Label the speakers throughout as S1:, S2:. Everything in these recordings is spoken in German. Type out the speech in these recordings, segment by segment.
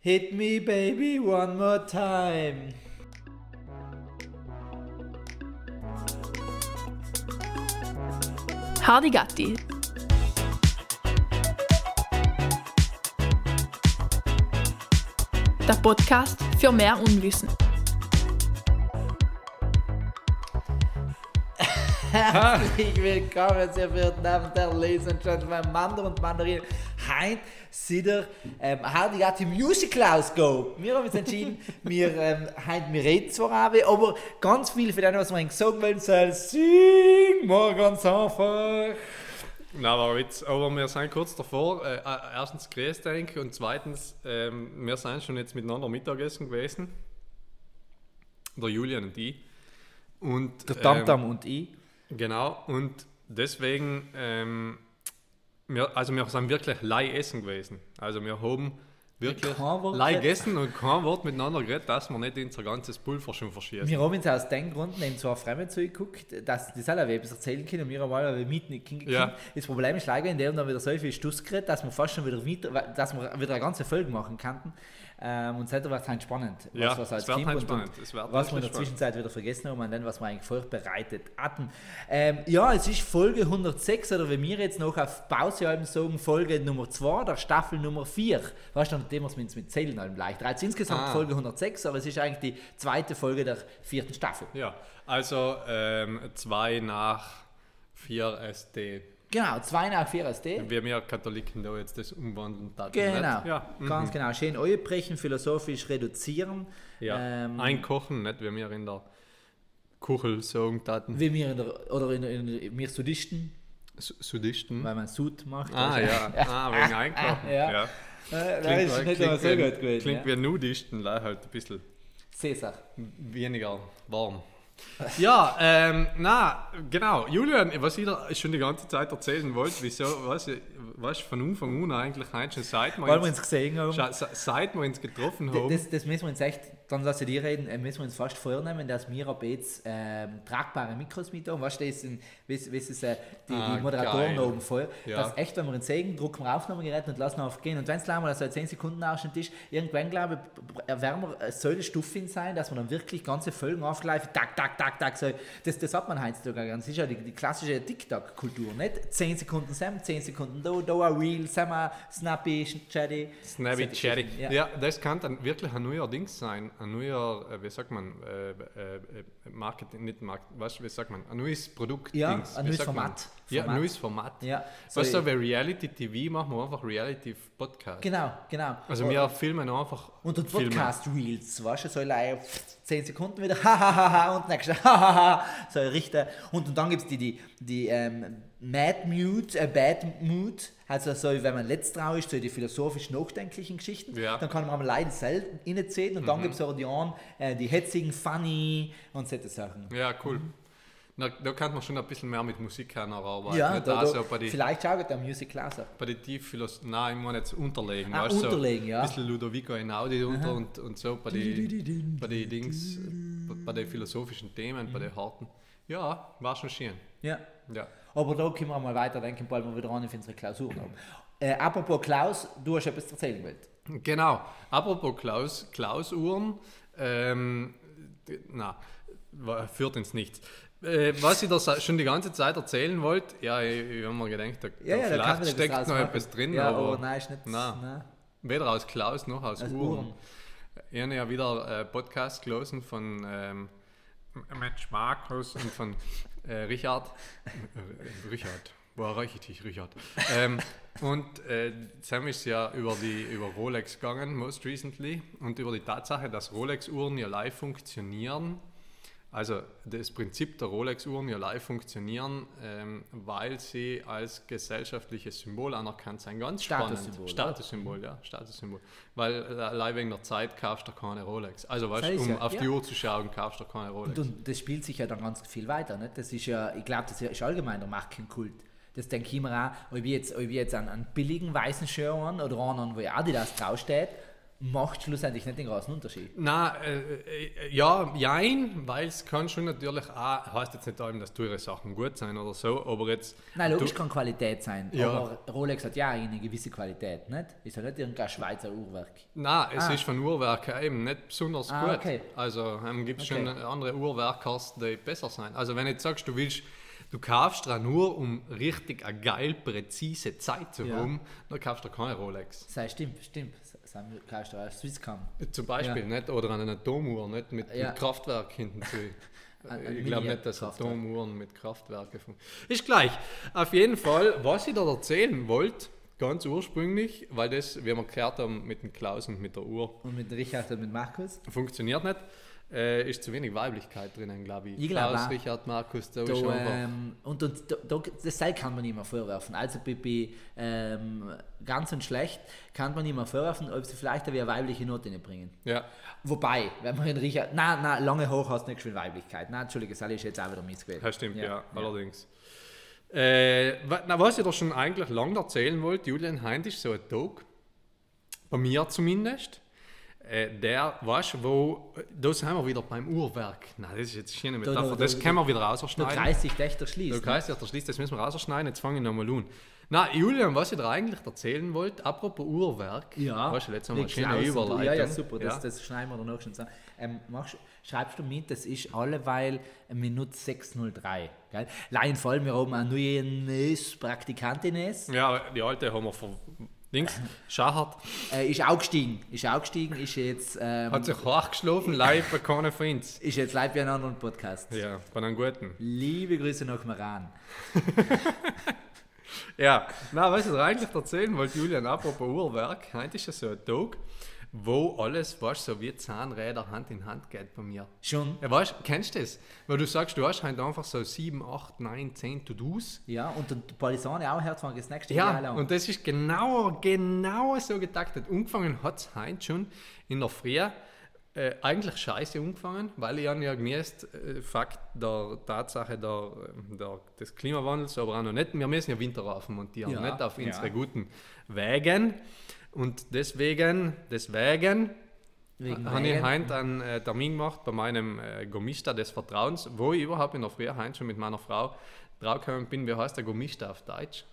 S1: Hit me baby one more time.
S2: Hardy Gatti. Der Podcast für mehr Unwissen.
S1: Herzlich willkommen zur vierten Abend der Ladies and Gentlemen, Mander und Mandarin. Heute sind wir, ähm, haben gerade im Musical ausgegangen. Wir haben uns entschieden, wir, ähm, heute, wir reden zwar auch, aber ganz viel für den, was wir gesagt haben sollen, sing mal ganz einfach.
S3: Na, war ein Witz. Aber wir sind kurz davor. Äh, äh, erstens grüßt denke und zweitens, ähm, wir sind schon jetzt miteinander Mittagessen gewesen. Der Julian und ich. Und,
S1: Der Tamtam und ich.
S3: Ähm, genau. Und deswegen, ähm, wir, also wir sind wirklich lei essen gewesen. Also wir haben wirklich
S1: Kein Wort
S3: lei
S1: geredet.
S3: gegessen und kein Wort miteinander geredet, dass wir nicht unser ganzes Pulver schon verschießen.
S1: Wir haben uns aus dem Grund neben zwei Fremden zugeguckt, dass die selber etwas erzählen können und wir haben alle mit nicht hingekriegt.
S3: Ja.
S1: Das Problem ist leider, in dem dann wieder so viel Stuss geredet, dass wir fast schon wieder, weiter, dass wir wieder eine ganze Folge machen könnten. Ähm, und seitdem war es halt spannend,
S3: Ja,
S1: was, was
S3: es
S1: als
S3: wird
S1: Kind
S3: halt
S1: und, und
S3: spannend. Es wird
S1: was wir in
S3: wirklich
S1: der
S3: spannend.
S1: Zwischenzeit wieder vergessen haben und dann, was wir eigentlich vorbereitet hatten. Ähm, ja, es ist Folge 106 oder wie wir jetzt noch auf Pause halben sagen, Folge Nummer 2 der Staffel Nummer 4. Weißt du, an dem was wir uns mit Zählen allem leichter. Also insgesamt
S3: Ah.
S1: Folge 106, aber es ist eigentlich die zweite Folge der vierten Staffel.
S3: Ja, also ähm, zwei nach vier SD.
S1: Genau, 2 nach 4 als D.
S3: Wir mehr Katholiken da jetzt das umwandeln. taten,
S1: Genau,
S3: nicht? Ja. Mhm.
S1: ganz genau. Schön brechen, philosophisch reduzieren.
S3: Ja,
S1: Ähm,
S3: einkochen, nicht wie wir in der Kuchel sagen taten.
S1: wie wir in der, oder in, in, wir Sudisten,
S3: Su- Sudisten.
S1: weil man Sud macht.
S3: Ah
S1: also.
S3: ja, ah, wegen Einkochen.
S1: Ja.
S3: Ja.
S1: Äh, nein, ist nicht
S3: klingt
S1: immer so
S3: wie-
S1: gut gewesen. ja.
S3: Klingt wie Nudisten, leider halt ein bisschen
S1: Cäsar.
S3: weniger warm. Ja, ähm, na, genau. Julian, was ich dir schon die ganze Zeit erzählen wollte, wieso, was, was von Anfang an eigentlich heute schon seit wir
S1: Weil wir
S3: uns,
S1: uns gesehen haben.
S3: scha- se- seit wir uns getroffen
S1: D-
S3: haben.
S1: Das, das müssen wir uns echt, dann lasse ich dir reden, äh, müssen wir uns fast vornehmen, dass wir ab jetzt ähm, tragbare Mikros mit haben. Weißt du, das sind, weißt, weißt, das, äh, die,
S3: Ah,
S1: die Moderatoren
S3: geil.
S1: da oben voll.
S3: Ja.
S1: Dass echt, wenn wir uns sehen, drucken wir Aufnahmegerät und lassen auf gehen. Und wenn es gleich mal so ein 10 Sekunden Ausschnitt ist, irgendwann glaube ich, b- werden wir äh, so eine Stufe sein, dass wir dann wirklich ganze Folgen aufgreifen. Tak, tak, tak, tak. So, das, das hat man heutzutage ganz sicher, die, die klassische TikTok-Kultur, nicht? 10 Sekunden Sam, 10 Sekunden da, da ein Reel, Sam, ein Snappy, Chatty.
S3: Snappy
S1: Solche
S3: Cherry.
S1: Geschichten,
S3: Ja. das kann dann wirklich ein neuer Dings sein. Ein neuer, äh, wie sagt man, äh, äh, äh, Marketing, nicht Marketing, weißt du, wie sagt man, ein neues Produkt.
S1: Ja,
S3: Dings.
S1: ein
S3: Wie
S1: neues
S3: sagt man?
S1: Format.
S3: Ja, ein
S1: Format.
S3: neues Format.
S1: Ja, so-
S3: Weißt du, bei Reality TV machen wir einfach Reality Podcast.
S1: Genau, genau.
S3: Also wir filmen einfach.
S1: und und
S3: Filme.
S1: Podcast-Reels, weißt du, so like 10 Sekunden wieder, hahaha, und nächste, hahaha, so Richter. Und, und dann gibt es die, die, die ähm, Mad Mood, äh, Bad Mood, also so, wenn man letzt drauf ist, so die philosophisch nachdenklichen Geschichten,
S3: Ja. Mhm.
S1: dann kann man leider selten inneziehen und dann gibt es auch die, anderen, äh, die hetzigen, funny und solche Sachen.
S3: Ja, cool.
S1: Mhm.
S3: Na, da kann man schon ein bisschen mehr mit Musik arbeiten.
S1: Ja,
S3: nicht
S1: da,
S3: auch
S1: da,
S3: so bei die,
S1: vielleicht schaut der Music Class
S3: bei den Tiefphilos... Nein, ich meine jetzt unterlegen.
S1: Ah,
S3: weißt du,
S1: unterlegen,
S3: so,
S1: ja.
S3: Ein bisschen Ludovico Einaudi unter und, und so bei den bei die Dings, äh, bei- bei den philosophischen Themen,
S1: Mhm.
S3: bei den harten. Ja, war schon schön.
S1: Ja.
S3: Ja.
S1: Aber da können wir mal weiter denken, bald mal wieder an für unsere Klausuren haben. Äh, apropos Klaus, du hast etwas zu erzählen wollt.
S3: Genau. Apropos Klaus, Klausuhren. Ähm, d- na, wa- führt ins Nichts. Äh, was ich da sa- schon die ganze Zeit erzählen wollte, ja, ich, ich habe mir gedacht, da,
S1: Ja, ja, da kann man
S3: vielleicht
S1: etwas
S3: steckt
S1: draus
S3: noch
S1: machen.
S3: etwas drin.
S1: Ja,
S3: aber,
S1: aber, nein, ist nicht.
S3: Nein.
S1: nein.
S3: Weder aus Klaus noch aus,
S1: Aus
S3: Uhren.
S1: Uhren.
S3: Ich habe ja wieder äh, Podcast gelesen von ähm, Mensch Markus und von äh, Richard. Äh, Richard. Wo erreiche ich dich, Richard? Ähm, und äh, Sam ist ja über, die, über Rolex gegangen, most recently, und über die Tatsache, dass Rolex-Uhren ja live funktionieren. Also das Prinzip der Rolex-Uhren ja live funktionieren, ähm, weil sie als gesellschaftliches Symbol anerkannt sind. Ganz
S1: Statussymbol,
S3: spannend.
S1: oder?
S3: Statussymbol, ja, Statussymbol. Weil äh, allein wegen der Zeit kaufst du keine Rolex. Also weißt
S1: Das
S3: du,
S1: ist
S3: um
S1: ja-
S3: auf die
S1: ja.
S3: Uhr zu schauen, kaufst du keine Rolex.
S1: Und, und das spielt sich ja dann ganz viel weiter. Nicht? Das ist ja, ich glaube, das ist allgemein der Markenkult. Das denke ich mir auch, ob ich jetzt, ob ich jetzt einen, einen billigen weißen Shirt an oder einen, an, wo ja Adidas draufsteht, macht schlussendlich nicht den großen Unterschied.
S3: Na, äh, äh, ja, jein, weil es kann schon natürlich auch, heißt jetzt nicht allem, dass teure Sachen gut sein oder so, aber jetzt.
S1: Nein, logisch
S3: du-
S1: kann Qualität sein,
S3: Ja.
S1: aber Rolex hat ja eine gewisse Qualität, nicht? Ist ja nicht irgendein Schweizer Uhrwerk.
S3: Nein, es
S1: Ah.
S3: ist von Uhrwerken eben nicht besonders
S1: Ah,
S3: gut.
S1: okay.
S3: Also ähm, gibt es
S1: Okay.
S3: schon andere Uhrwerke, die besser sind. Also wenn du jetzt sagst, du willst, du kaufst eine nur, um richtig eine geil präzise Zeit zu
S1: Ja.
S3: haben, dann kaufst du keine Rolex.
S1: Sei stimmt, stimmt. Samuel kaufst du auch Swisscom.
S3: Zum Beispiel nicht, oder eine Atomuhr, nicht mit,
S1: Ja.
S3: mit Kraftwerk hinten zu.
S1: Ein- ein
S3: ich glaube nicht, dass
S1: Mini-Kraftwerk.
S3: Atomuhren mit Kraftwerken fun- Ist gleich. Auf jeden Fall, was ich da erzählen wollte, ganz ursprünglich, weil das, wie wir gehört haben, mit dem Klaus und mit der Uhr
S1: Und mit Richard und mit Markus.
S3: funktioniert nicht. Äh, ist zu wenig Weiblichkeit drinnen, glaube ich.
S1: Ich glaub
S3: Klaus,
S1: auch.
S3: Richard, Markus, da
S1: Da,
S3: ist einfach.
S1: ähm, und und da, da, das Seil kann man nicht mehr vorwerfen. Also bei, bei ähm, ganz und schlecht kann man nicht mehr vorwerfen, ob sie vielleicht eine weibliche Note nicht bringen.
S3: Ja.
S1: Wobei, wenn man in Richard. Nein, nein, lange hoch hast du nicht geschwind Weiblichkeit. Nein, Entschuldige, Sally ist jetzt auch wieder mies gewesen.
S3: ja, stimmt, ja, allerdings. Äh, wa- na, was ich da schon eigentlich lange erzählen wollte, Julian Heind ist so ein Tag, bei mir zumindest, äh, der, weißt du, wo, äh, da sind wir wieder beim Uhrwerk. Nein, das ist jetzt eine schöne
S1: da,
S3: Metapher,
S1: da,
S3: das
S1: da. ne?
S3: können wir wieder
S1: Der
S3: rausschneiden.
S1: Kreis sich dächter schließt.
S3: Du kannst ja der Schließ, das müssen wir rausschneiden, jetzt fange ich nochmal an. Na, Julian, was ich dir eigentlich erzählen wollte, apropos Uhrwerk,
S1: Ja.
S3: weißt du, letztes Mal eine
S1: Wie
S3: schöne
S1: Klaus und du-
S3: Überleitung.
S1: Ja, ja, super, das,
S3: Ja.
S1: das schneiden wir dann auch schon zusammen. Ähm, machst, schreibst du mit, das ist alleweil Minute 603. Gell? Leihen voll, wir haben eine neue Praktikantin, ist.
S3: Ja, die alte haben wir von links. Schachert
S1: Äh, ist auch gestiegen, ist auch gestiegen, ist jetzt, ähm,
S3: hat sich hochgeschlafen, live bei keinen Fans.
S1: ist jetzt live bei einem anderen Podcast.
S3: Ja, bei einem guten.
S1: Liebe Grüße nach Maran.
S3: Ja, na, was ich dir eigentlich erzählen wollte, Julian, apropos Uhrwerk, heute ist ja so ein Tag, wo alles, weißt du, so wie Zahnräder Hand in Hand geht bei mir.
S1: Schon?
S3: Ja, weißt du, kennst du das? Weil du sagst, du hast heute einfach so 7, 8, 9, 10 To-Dos.
S1: Ja, und der Palisane auch hört, das nächste Jahr
S3: Ja,
S1: lang.
S3: und das ist genau, genau so getaktet. Angefangen hat es heute schon in der Früh. Äh, eigentlich scheiße angefangen, weil ich habe ja gemerkt, äh, Fakt der Tatsache der, der, des Klimawandels, aber auch noch nicht, wir müssen ja Winterreifen montieren,
S1: Ja,
S3: nicht auf
S1: ja.
S3: unsere guten Wegen. Und deswegen, deswegen
S1: Wegen
S3: habe ich
S1: Regen.
S3: heute einen äh, Termin gemacht bei meinem äh, Gummista des Vertrauens, wo ich überhaupt in der Früh heute schon mit meiner Frau draufgekommen bin, wie heißt der Gummista auf Deutsch?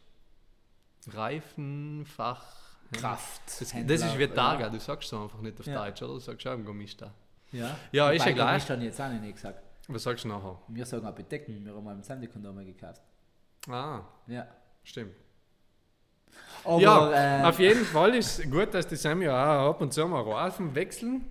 S3: Reifenfach.
S1: Kraft.
S3: Das, das
S1: Händler,
S3: ist wie
S1: oder?
S3: Targa, du sagst so einfach nicht auf
S1: Ja.
S3: Deutsch, oder? Du sagst auch im Gummista.
S1: Ja,
S3: Ja,
S1: Wobei,
S3: ist ja
S1: ich glaub,
S3: gleich.
S1: Ich habe jetzt auch noch nicht gesagt.
S3: Was sagst du nachher?
S1: Wir sagen auch Bedecken, wir haben mal im Sendekondome gekauft.
S3: Ah,
S1: Ja.
S3: stimmt.
S1: Aber,
S3: ja,
S1: ähm,
S3: auf jeden Fall ist es gut, dass die Sammy auch ab und zu mal Reifen wechseln.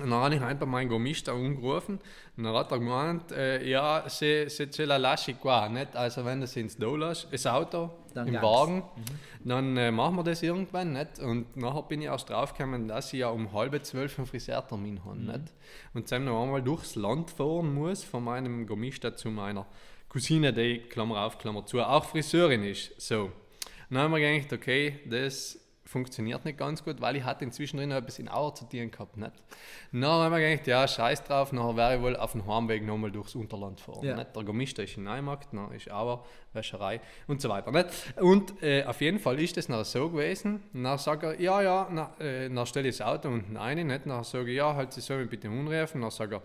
S3: Und dann habe ich heute meinen Gummista angerufen und dann hat er gemeint, äh, ja, sie, sie ce la lasci qua, nicht? Also wenn du sie ins Do lässt, das Auto,
S1: Dann
S3: im
S1: gang's.
S3: Wagen, dann äh, machen wir das irgendwann, nicht? Und nachher bin ich erst draufgekommen, dass ich ja um halb zwölf einen Friseurtermin habe, nicht? Und dann noch einmal durchs Land fahren muss, von meinem Gummista zu meiner Cousine, die, Klammer auf, Klammer zu, auch Friseurin ist, so. Dann haben wir gedacht, okay, das funktioniert nicht ganz gut, weil ich hatte inzwischen drin noch etwas in Auer zu tun gehabt. Nicht? Dann haben wir gedacht, ja, scheiß drauf, nachher wäre ich wohl auf dem Heimweg nochmal durchs Unterland fahren.
S1: Ja.
S3: Nicht? Der Gemischte ist in Neumarkt, dann ist aber Wäscherei und so weiter. Nicht? Und äh, auf jeden Fall ist das nachher so gewesen. Dann sagt er, ja, ja, na, äh, dann stelle ich das Auto unten rein. Nicht? Dann sage ich, ja, halt, sie sollen mich bitte anrufen. Dann sagt er,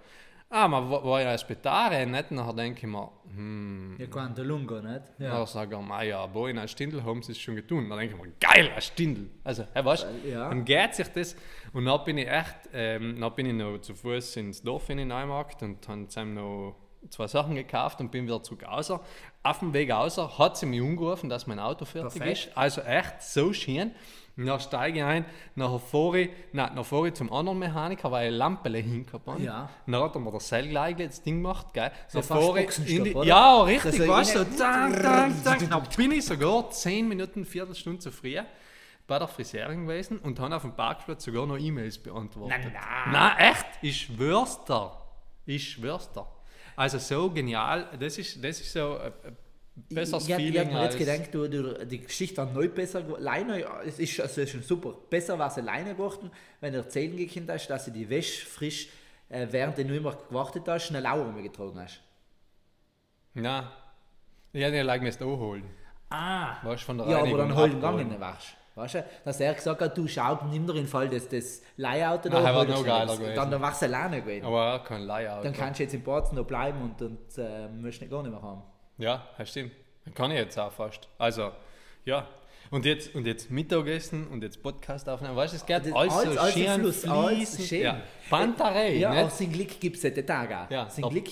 S3: ah, man wa- war ja ein Spetare, nicht? Nachher denke ich mir, hm,
S1: Ja, Quanto Lungo, nicht?
S3: ja. Dann sage ich, "Ma ja, boah, in einem Stindl haben sie es schon getan. Dann denke ich mir, geil, ein Stindl. Also, hey, weißt du,
S1: Äh, Ja.
S3: dann geht sich das. Und dann bin ich echt, ähm, dann bin ich noch zu Fuß ins Dorf in den Neumarkt und habe zusammen noch zwei Sachen gekauft und bin wieder zurück außer. Auf dem Weg außer hat sie mich angerufen, dass mein Auto fertig
S1: Perfekt.
S3: ist. Also echt so schön. Und Dann steige ich ein, nachher fahre ich, nein, nachher fahre ich zum anderen Mechaniker, weil ich eine Lampe hingehabt habe.
S1: Ja.
S3: Dann hat er mir das Seil gleich das Ding gemacht, gell.
S1: So
S3: Dann
S1: fast
S3: fahre ich in
S1: Boxenstopp,
S3: die,
S1: oder?
S3: ja, richtig.
S1: Dass
S3: Ich
S1: er
S3: weiß so,
S1: rein-
S3: zang, zang, zang. Dann Genau, bin ich sogar 10 Minuten, Viertelstunde zu früh bei der Friseurin gewesen und habe auf dem Parkplatz sogar noch E-Mails beantwortet.
S1: Nein, nein.
S3: Nein, echt, ich schwör's dir. Ich schwör's dir. Also so genial, das ist, das ist so ein ein besseres
S1: ich, ich, Ich
S3: Feeling
S1: habe mir jetzt
S3: als...
S1: gedacht, du, du, die Geschichte war neu besser gewo- Leine, ja, es ist, also es ist schon super. Besser war es alleine geworden, wenn du erzählen gekannt hast, dass du die Wäsche frisch, äh, während du nur immer gewartet hast, schnell auch rumgetragen hast.
S3: Nein, ich hätte ja gleich müssen anholen.
S1: Ah!
S3: Weißt du, von der
S1: Ja, aber
S3: Reinigung
S1: dann halt
S3: abholen.
S1: gegangen warst. Weißt du? Dass er gesagt hat, du schau, nimm dir den Fall das, das Layout
S3: Nein,
S1: wo
S3: war
S1: du schreibst.
S3: noch geiler Oh. gewesen.
S1: Dann, dann warst du alleine gewesen.
S3: Aber auch kein Layout.
S1: dann
S3: ne?
S1: kannst du jetzt in Ports noch bleiben und, und äh, musst nicht gar nicht mehr haben.
S3: Ja, das stimmt. Dann Kann ich jetzt auch fast. Also, ja. Und jetzt, und jetzt Mittagessen und jetzt Podcast aufnehmen. Weißt du, es geht
S1: Das-
S3: alles,
S1: alles-
S3: so
S1: alles im
S3: schön
S1: Fluss, alles
S3: fließend.
S1: schön. Äh,
S3: Ja. Panterei,
S1: Ja, auch
S3: nicht?
S1: sein Glück gibt es den Tag auch.
S3: Ja,
S1: sein
S3: doch.
S1: Glück.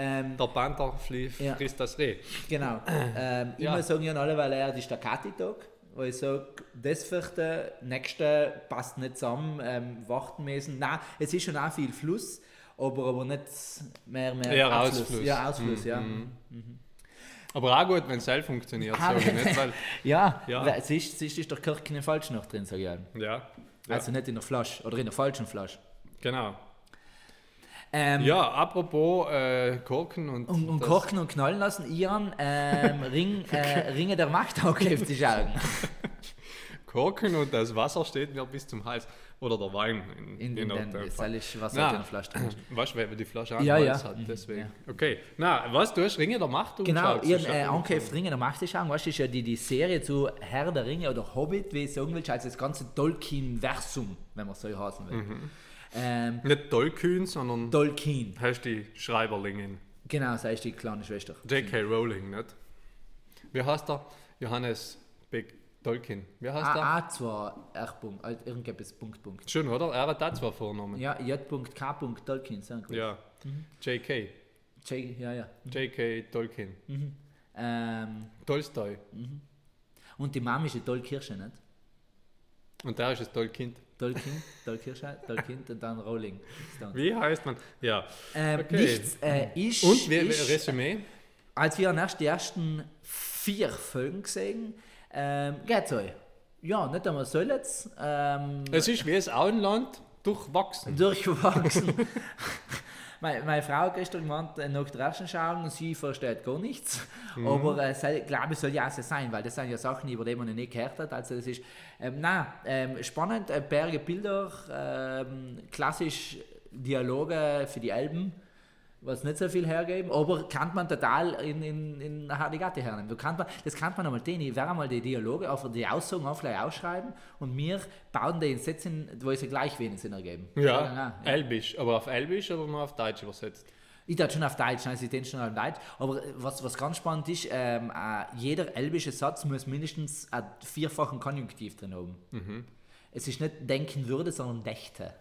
S1: Ähm,
S3: Der Panther flie-
S1: Ja.
S3: frisst das Reh.
S1: Genau. Ähm,
S3: Ja.
S1: Immer sagen ja alle, weil er die Staccati-Tag, wo ich sage, das vierte, nächste passt nicht zusammen, ähm, warten müssen. Nein, es ist schon auch viel Fluss, aber, aber nicht mehr, mehr
S3: Eher
S1: Abfluss.
S3: Ausfluss. Mhm.
S1: Ja, Ausfluss, ja.
S3: Aber auch gut, wenn es selber funktioniert.
S1: Ah,
S3: Sag ich nicht, weil,
S1: Ja,
S3: Ja.
S1: weil es ist, es ist, ist doch keine falsch noch drin, sage ich einem.
S3: ja, ja,
S1: Also nicht in der Flasche oder in der falschen Flasche.
S3: genau.
S1: Ähm,
S3: Ja, apropos äh, Korken und,
S1: Und, und
S3: das-
S1: kochen und knallen lassen, Ian, ähm, Ring, äh, Ringe der Macht auch die Augen.
S3: Korken und das Wasser steht mir bis zum Hals. Oder der Wein.
S1: In, in,
S3: je
S1: den,
S3: nachdem.
S1: das ist, was
S3: Na.
S1: halt in der Flasche drin ist.
S3: Weißt du, wer die Flasche
S1: Ja,
S3: angeholzt
S1: ja. Mhm,
S3: hat, deswegen. Okay, na, was, du hast Ringe der Macht
S1: Genau,
S3: umgeschaut?
S1: ihren
S3: Das ist
S1: äh,
S3: ja-
S1: Angriff Ringe der Macht ist weißt du, ist ja die, die Serie zu Herr der Ringe oder Hobbit, wie ich sagen will, also das ganze Tolkien-Versum, wenn man so heißen will.
S3: Mhm.
S1: Ähm,
S3: Nicht Tollkühn, sondern
S1: Tolkien,
S3: hast die Schreiberlingin.
S1: genau, sei ist die kleine Schwester.
S3: J.K. Rowling, nicht? Wie heißt er? Johannes Beck Tolkien. Wie heißt er?
S1: A, A2, R-Punkt, alt, irgendetwas, Punkt, Punkt.
S3: Schön, oder? Er hat da zwei Vornamen.
S1: Ja, J.K. Tolkien, so ein Grund.
S3: Ja. Mhm. J.K.
S1: J, ja, ja.
S3: J.K. Tolkien.
S1: Ähm,
S3: Tolstoi.
S1: und die Mama ist die Tollkirsche, nicht?
S3: Und da ist es Tolkind.
S1: Tolkien, Tollkirsche, Tolkien und dann Rowling. Stone.
S3: Wie heißt man? Ja.
S1: Ähm,
S3: Okay.
S1: Nichts, äh, ich,
S3: Und wie, wie
S1: ich,
S3: Resümee?
S1: Als wir erst die ersten vier Folgen gesehen, ähm, geht's euch. Ja, nicht einmal so jetzt. Ähm,
S3: Es ist wie es Auenland durchwachsen.
S1: durchgewachsen. meine, meine Frau hat gestern gemeint, äh, nach der ersten Schauung, sie versteht gar nichts. Aber äh, sei, glaube ich, soll ja auch so sein, weil das sind ja Sachen, über die man noch nicht gehört hat. Also das ist, ähm, na, ähm, spannend, äh, Berge Bilder, ähm, klassisch Dialoge für die Alben. Was nicht so viel hergeben, aber kann man total in, in, in Hardigatti hernehmen. Du kann man, das kann man einmal den, ich werde einmal die Dialoge, auf, die Aussagen auch vielleicht ausschreiben und mir bauen die in Sätzen, wo sie gleich wenig Sinn ergeben. Sagen,
S3: Ja,
S1: ah, ja.
S3: Elbisch. Aber auf Elbisch oder nur auf Deutsch übersetzt?
S1: Ich dachte schon auf Deutsch, nein, sie denken schon auf Deutsch. Aber äh, was, was ganz spannend ist, ähm, äh, jeder elbische Satz muss mindestens einen vierfachen Konjunktiv drin haben. Es ist nicht denken würde, sondern dächte.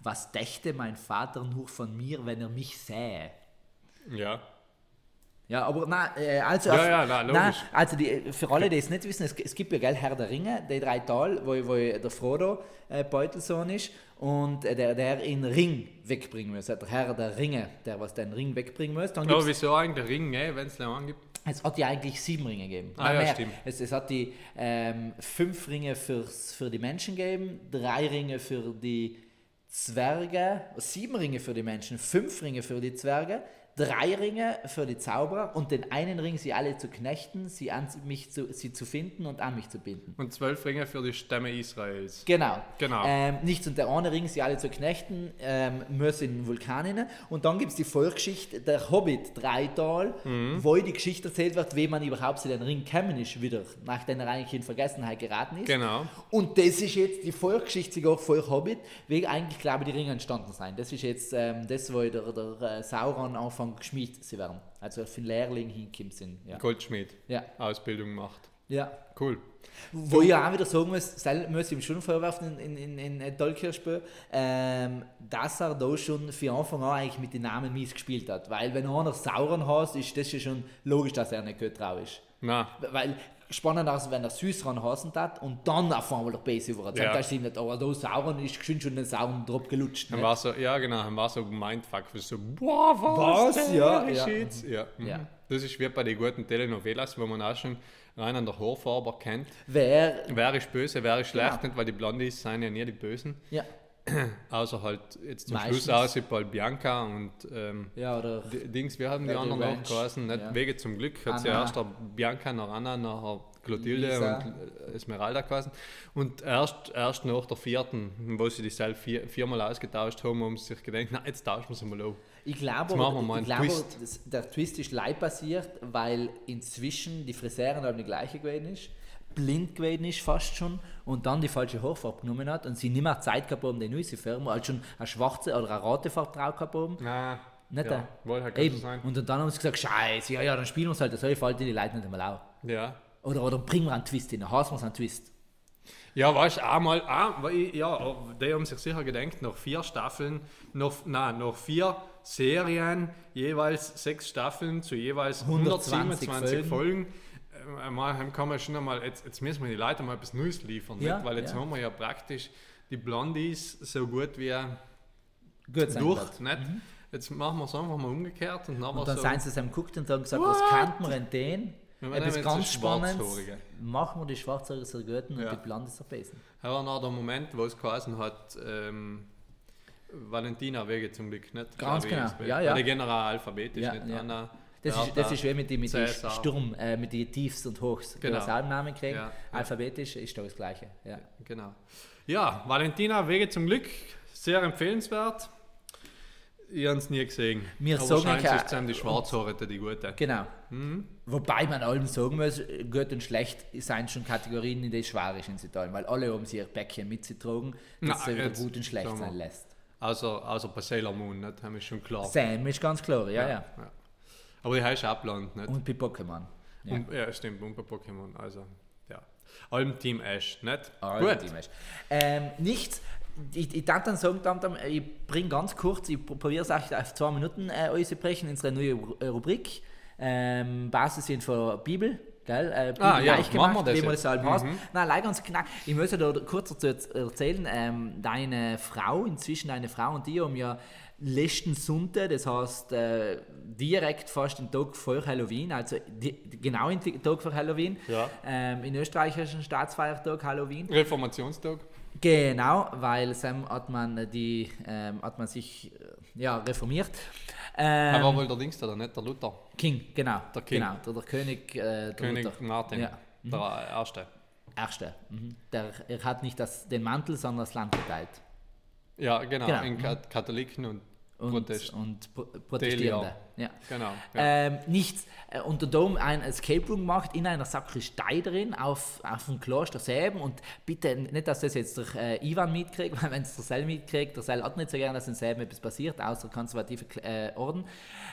S1: Was dächte mein Vater nur von mir, wenn er mich sähe?
S3: Ja.
S1: Ja, aber nein, äh, also.
S3: Ja,
S1: auf-
S3: ja, nein,
S1: nein,
S3: logisch.
S1: also die, für alle, die es nicht wissen, es, es gibt ja, gell, Herr der Ringe, die drei Tal, wo, wo der Frodo äh, Beutelsohn ist und äh, der, der ihn Ring wegbringen muss. Also Der Herr der Ringe, der was den Ring wegbringen muss. Dann
S3: Aber
S1: gibt's,
S3: Oh, wieso eigentlich Ringe, wenn es einen angibt?
S1: es hat ja eigentlich sieben Ringe gegeben.
S3: Ah,
S1: Nein,
S3: ja,
S1: mehr.
S3: stimmt.
S1: Es, es hat die ähm, fünf Ringe fürs, für die Menschen gegeben, drei Ringe für die Zwerge, sieben Ringe für die Menschen, fünf Ringe für die Zwerge, drei Ringe für die Zauberer und den einen Ring, sie alle zu knechten, sie an mich zu, sie zu finden und an mich zu binden.
S3: Und zwölf Ringe für die Stämme Israels.
S1: Genau.
S3: Genau.
S1: Ähm, nichts und der eine Ring, sie alle zu knechten, ähm, muss in den Vulkan hinein. Und dann gibt es die Volksgeschichte der Hobbit Dreital,
S3: Mhm.
S1: wo die Geschichte erzählt wird, wie man überhaupt zu den Ring gekommen ist wieder, nachdem er eigentlich in Vergessenheit geraten ist.
S3: Genau.
S1: Und das ist jetzt die Volksgeschichte sogar voll Hobbit, wie eigentlich, glaube ich, die Ringe entstanden sein. Das ist jetzt ähm, das, wo der, der äh, Sauron anfängt geschmiedet zu werden. Also für den Lehrling hinkommt sind. Ja.
S3: Goldschmied.
S1: Ja.
S3: Ausbildung macht.
S1: ja.
S3: Cool.
S1: Wo ich auch wieder sagen muss, sei- muss ich ihm schon vorwerfen in, in, in, in Dolkirchspiel, ähm, dass er da schon von Anfang an eigentlich mit den Namen mies gespielt hat. Weil wenn einer Sauron heißt, ist das ja schon logisch, dass er nicht gut drauf ist.
S3: Na,
S1: Weil spannend ist, wenn er Süßran heißen hat und dann auf einmal der Base über
S3: Ja.
S1: ja. Da stimmt nicht, aber da Sauron ist geschwind schon den Sauron drauf gelutscht.
S3: dann
S1: Ne?
S3: war so, ja genau, dann war so Mindfuck. So, boah, was?
S1: Was?
S3: der
S1: Ja,
S3: ist
S1: ja.
S3: jetzt? ja. mhm.
S1: Ja.
S3: Das ist wie bei den guten Telenovelas, wo man auch schon rein an der Haarfarbe kennt.
S1: Wer,
S3: Wer ist böse, wer ist schlecht,
S1: Genau.
S3: nicht, weil die Blondies sind ja nie die Bösen.
S1: ja,
S3: Außer halt jetzt zum Schluss
S1: Meistens.
S3: aus, ich bald Bianca und ähm,
S1: ja, oder
S3: D- Dings, wir haben die
S1: Ja, die
S3: anderen
S1: Ranch,
S3: auch geheißen, nicht
S1: ja.
S3: Wege zum Glück, hat sie
S1: Anna.
S3: erst der Bianca, noch Anna, nachher Clotilde
S1: Lisa.
S3: und äh, Esmeralda geheißen. Und erst, erst nach der vierten, wo sie die selbst vier, viermal ausgetauscht haben, haben sie sich gedacht, na jetzt tauschen wir sie mal um. auf.
S1: Ich glaube,
S3: machen wir
S1: aber,
S3: mal einen
S1: ich glaube
S3: Twist.
S1: das, der Twist ist leid passiert, weil inzwischen die Friseurin haben die gleiche gewesen ist. blind gewesen ist fast schon und dann die falsche Haarfarbe genommen hat und sie nicht mehr Zeit gehabt haben, die neue Firma, als also schon eine schwarze oder eine rote Farbe drauf gehabt haben.
S3: Nein.
S1: Nicht
S3: ja,
S1: da.
S3: Wollte halt
S1: Eben.
S3: Eben. sein.
S1: Und dann haben sie gesagt, scheiße, ja, ja, dann spielen wir es halt, das fällt die Leute nicht einmal auf.
S3: Ja.
S1: Oder, oder bringen wir einen Twist hin, dann hassen wir einen Twist.
S3: Ja, weißt du, einmal, ah, weil ich- ja, aber die haben sich sicher gedacht, nach vier Staffeln, nach, nein, nach vier Serien, jeweils sechs Staffeln zu jeweils
S1: 120
S3: 127 Folgen, ähm, mal, kann man schon einmal, jetzt, jetzt müssen wir die Leute mal etwas Neues liefern,
S1: Ja,
S3: nicht? weil jetzt
S1: ja.
S3: haben wir ja praktisch die Blondies so gut wie
S1: Gut, sein
S3: durch,
S1: Gott.
S3: nicht? Jetzt machen wir es einfach mal umgekehrt und dann,
S1: Und dann
S3: so,
S1: sind sie zusammen geguckt und haben gesagt, was kannten wir denn den?
S3: Wenn wir
S1: Etwas
S3: nehmen jetzt
S1: ganz
S3: die
S1: Spannendes.
S3: Schwarzhaarige.
S1: Machen wir die Schwarzhaarige so gut und
S3: Ja.
S1: die Blonde so besten.
S3: das war noch der Moment, wo es geheißen hat, ähm, Valentina Wege zum Glück, nicht?
S1: Ganz
S3: Glaub ich,
S1: genau,
S3: ist-
S1: ja, ja.
S3: Weil die General alphabetisch,
S1: Ja,
S3: nicht
S1: ja.
S3: Anna.
S1: Das ist,
S3: Bertha,
S1: das ist wie mit den mit die
S3: Cäsar.
S1: Sturm, äh, mit den Tiefs und Hochs. Wenn
S3: Genau.
S1: wir selben Namen kriegen,
S3: Ja, ja.
S1: alphabetisch ist doch das Gleiche. Ja.
S3: Genau. Ja, Valentina Wege zum Glück, sehr empfehlenswert. Ich habe es nie gesehen.
S1: Wir
S3: Aber
S1: sagen
S3: scheint
S1: kein-
S3: sich zu sein, die Schwarzhaarige, die gute.
S1: Genau.
S3: Mhm.
S1: Wobei man allem sagen muss, gut und schlecht sind schon Kategorien, in denen es schwer ist in Italien, weil alle haben sich ihr Päckchen mitgetragen,
S3: Na,
S1: das sie wieder
S3: jetzt
S1: gut und schlecht
S3: sagen wir.
S1: sein lässt.
S3: Also, also bei Sailor Moon, nicht? haben wir schon klar.
S1: Sam ist ganz klar, ja, ja.
S3: Ja. Aber die heißt auch blond, nicht?
S1: Und bei Pokémon. Ja.
S3: Und, ja, stimmt, und bei Pokémon, also, ja. Allem Team Ash, nicht?
S1: Ah,
S3: Gut.
S1: gut. Ähm, nichts. Ich, ich darf dann sagen, dann, dann, ich bringe ganz kurz, ich probiere es auch auf zwei Minuten äh, auszubrechen, unsere neue Ru- äh, Rubrik. Ähm, Basis sind von Bibel. Gell? Äh, Bibel
S3: Ah, ja,
S1: leicht
S3: machen
S1: gemacht,
S3: wir das
S1: wie man
S3: jetzt. Mhm.
S1: das halt heißt. Nein, leider ganz knack. Ich möchte da kurz dazu erz- erzählen, ähm, deine Frau, inzwischen deine Frau und ich haben ja letzten Sonntag, das heißt äh, direkt fast den Tag vor Halloween, also di genau den Tag vor Halloween,
S3: Ja.
S1: ähm, in österreichischen Staatsfeiertag Halloween,
S3: Reformationstag.
S1: Genau, weil Sam hat man die ähm, hat man sich äh, ja reformiert.
S3: Er war
S1: Ähm,
S3: wohl der Dings, oder nicht? Der Luther.
S1: King, genau,
S3: Der King.
S1: genau, der, der König, äh, der
S3: König
S1: Luther.
S3: Martin.
S1: Ja. Mhm.
S3: Der Erste.
S1: Erste. Mhm. Der, er hat nicht das, den Mantel, sondern das Land geteilt.
S3: Ja, genau.
S1: Genau.
S3: In Ka- Katholiken und,
S1: Und,
S3: Protest.
S1: und Pro Protestierende. Ja.
S3: Genau. Ja.
S1: Ähm, nichts. Äh, Und der Dom ein Escape Room macht in einer Sakristei drin, auf, auf dem Kloster selben. Und bitte nicht, dass das jetzt der äh, Ivan mitkriegt, weil wenn es der Sel mitkriegt, der Sel hat nicht so gerne, dass in selben etwas passiert, außer konservative Kl- äh, Orden.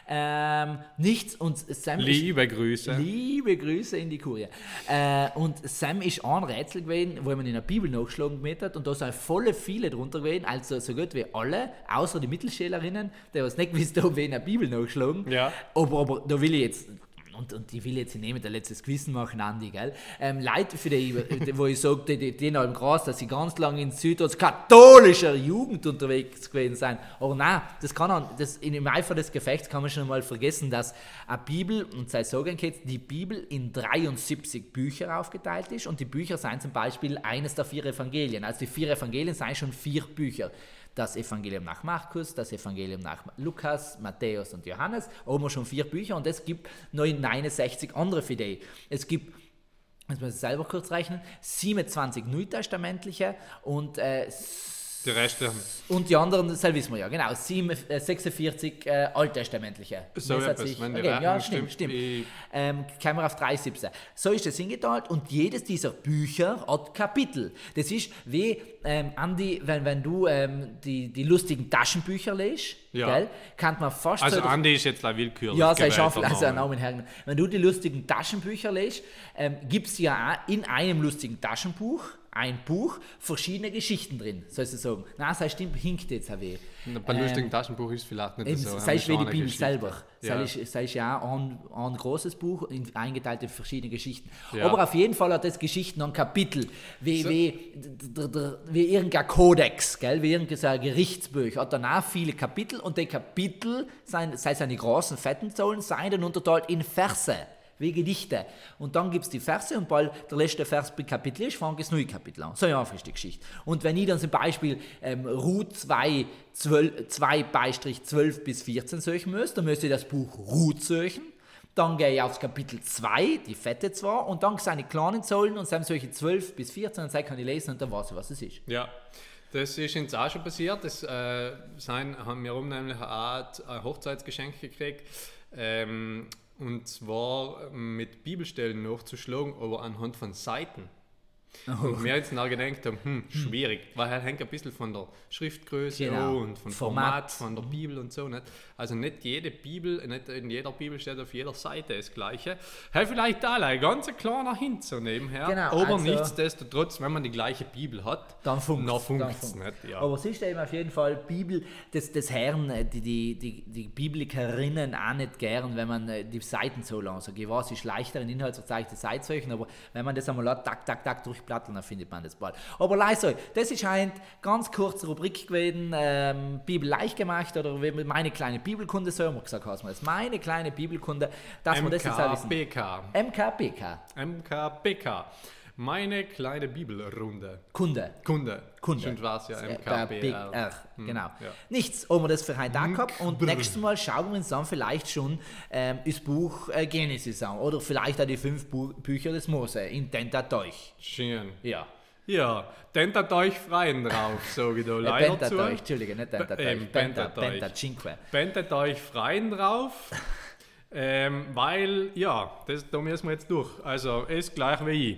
S1: Ähm, nichts. Und Sam ist-
S3: Liebe Grüße.
S1: Liebe Grüße in die Kurie. Äh, und Sam ist ein Rätsel gewesen, wo man in der Bibel nachgeschlagen gemacht hat und da sind volle viele drunter gewesen, also so gut wie alle, außer die Mittelschälerinnen, die was nicht gewusst haben, wie in der Bibel nachgeschlagen.
S3: Ja.
S1: Aber, aber da will ich jetzt. Und, und ich will jetzt nicht mit der letztes Gewissen machen, Andi, gell? Ähm, Leute, für die, die- wo ich sage, die, die, die noch im Gras, dass sie ganz lange in Süd als katholischer Jugend unterwegs gewesen sind. Aber nein, das kann auch, das, in dem Eifer des Gefechts kann man schon mal vergessen, dass eine Bibel, und sei sagen jetzt, die Bibel in 73 Bücher aufgeteilt ist und die Bücher seien zum Beispiel eines der vier Evangelien. Also die vier Evangelien seien schon vier Bücher das Evangelium nach Markus, das Evangelium nach Lukas, Matthäus und Johannes. Haben wir schon vier Bücher und es gibt noch 69 andere für die. Es gibt, jetzt muss ich selber kurz rechnen, 27 neutestamentliche und, äh,
S3: Die Reste.
S1: und die anderen, das wissen wir ja, genau, sieben- äh, 46 äh, alttestamentliche.
S3: So
S1: Das hat
S3: etwas,
S1: sich-
S3: wenn die
S1: okay, ja,
S3: Rechnung
S1: stimmt, stimmt.
S3: stimmt, die-
S1: Ähm, kämen wir auf 3,17. So ist das hingeteilt und jedes dieser Bücher hat Kapitel. Das ist wie, ähm, Andi, wenn, wenn du ähm, die, die lustigen Taschenbücher liest,
S3: Ja.
S1: gell, kann man fast
S3: Also
S1: so-
S3: Andi ist jetzt ein willkürlich
S1: ja, sei
S3: gewählter
S1: scharf, also
S3: Name.
S1: Namen hergen. Wenn du die lustigen Taschenbücher liest, ähm, gibt es ja auch in einem lustigen Taschenbuch, ein Buch, verschiedene Geschichten drin, sollst du sagen. Na, sei stimmt, hinkt jetzt auch weh.
S3: Bei lustigen Taschenbuch ist es vielleicht nicht
S1: Ähm, Eben,
S3: so.
S1: sei es wie die
S3: eine
S1: Bibel
S3: Geschichte.
S1: selber.
S3: Ja.
S1: Sei, es, sei es ja auch ein, ein großes Buch, in, eingeteilt in verschiedene Geschichten.
S3: Ja.
S1: Aber auf jeden Fall hat das Geschichten ein Kapitel, wie,
S3: So.
S1: wie, d- d- d- wie irgendein Kodex, gell? wie irgendein so ein Gerichtsbuch. Hat danach viele Kapitel und die Kapitel, sein, sei es eine großen, fetten Zollen, seien dann unterteilt in Verse. Wie Gedichte. Und dann gibt es die Verse und bald der letzte Vers bei Kapitel ist, fängt das neue Kapitel an. So ja, ist die Geschichte. Und wenn ich dann zum Beispiel ähm, Ruth 2, 12, 2 Beistrich 12 bis 14 suchen müsste, dann müsste ich das Buch Ruth suchen. Dann gehe ich aufs Kapitel 2, die fette 2, und dann seine kleinen Zollen und dann solche 12 bis 14 und dann kann ich lesen und dann weiß ich, was es ist.
S3: Ja, das ist uns auch schon passiert. Das äh, sein, haben wir um nämlich auch ein Hochzeitsgeschenk gekriegt. Ähm, und zwar mit Bibelstellen nachzuschlagen, aber anhand von Seiten.
S1: Oh.
S3: Und wir jetzt nachher gedacht haben, hm, schwierig, weil halt hängt ein bisschen von der Schriftgröße
S1: Genau.
S3: und von
S1: Format. Mhm.
S3: Format, von der Bibel und so. Nicht? Also nicht jede Bibel, nicht in jeder Bibel steht auf jeder Seite das Gleiche. Hey, vielleicht da ein ganz kleiner Hint so nebenher.
S1: Genau,
S3: Aber
S1: also-
S3: nichtsdestotrotz, wenn man die gleiche Bibel hat,
S1: Dann funkt's.
S3: dann
S1: dann
S3: funkt's
S1: funkt's.
S3: nicht. Ja.
S1: Aber es ist eben auf jeden Fall Bibel des, des Herrn, äh, die, die, die, die Biblikerinnen auch nicht gern, wenn man äh, die Seiten so lang sagt. Ich weiß, es ist leichter in Inhaltsverzeichnis Zeitzeichen, aber wenn man das einmal hat, tak, tak, tak durchplatteln, dann findet man das bald. Aber leise, das ist eine ganz kurze Rubrik gewesen, ähm, Bibel leicht gemacht oder wie meine kleine Bibelkunde, so haben wir gesagt, hast du das. Meine kleine Bibelkunde, dass wir das jetzt auch wissen.
S3: MKBK.
S1: MKPK,
S3: MKBK. Meine kleine Bibelrunde.
S1: Kunde.
S3: Kunde.
S1: Kunde.
S3: Stimmt war es ja,
S1: Äh, bei Big
S3: MKBR.
S1: R, genau.
S3: Hm, ja.
S1: Nichts, haben wir das für heute da gehabt und
S3: brr.
S1: nächstes Mal schauen wir uns dann vielleicht schon ähm, das Buch äh, Genesis an oder vielleicht auch die fünf Bu Bücher des Mose in Äh, Tentateuch.
S3: Schön.
S1: Ja,
S3: Ja, tentat euch freien drauf, so wie du
S1: äh,
S3: leider zu. Äh,
S1: Pentateuch, Entschuldige, nicht Tentateuch,
S3: Eben,
S1: Penta,
S3: Pentateuch.
S1: Penta, Cinque.
S3: Tentat euch freien drauf, ähm, weil, ja, das, da müssen wir jetzt durch. Also, ist gleich wie ich.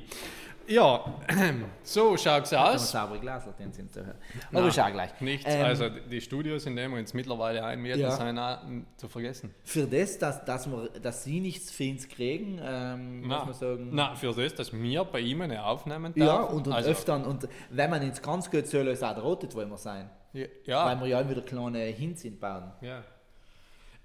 S3: Ja, so schaut's
S1: Das
S3: aus.
S1: saubere Glas, den sind zu hören. Aber schau gleich.
S3: Nichts,
S1: Ähm,
S3: also die Studios, in denen wir uns mittlerweile einmieten,
S1: Ja.
S3: sind auch m, zu vergessen.
S1: Für das, dass, dass, wir, dass sie nichts für uns kriegen, ähm, muss man sagen.
S3: na, für das, dass wir bei ihm eine aufnehmen dürfen.
S1: Ja, und, und
S3: also,
S1: öfter, und wenn man ins ganz gut soll, ist auch der Rote, wollen wir sein.
S3: Ja.
S1: Weil
S3: ja.
S1: wir ja immer wieder kleine Hints bauen.
S3: ja.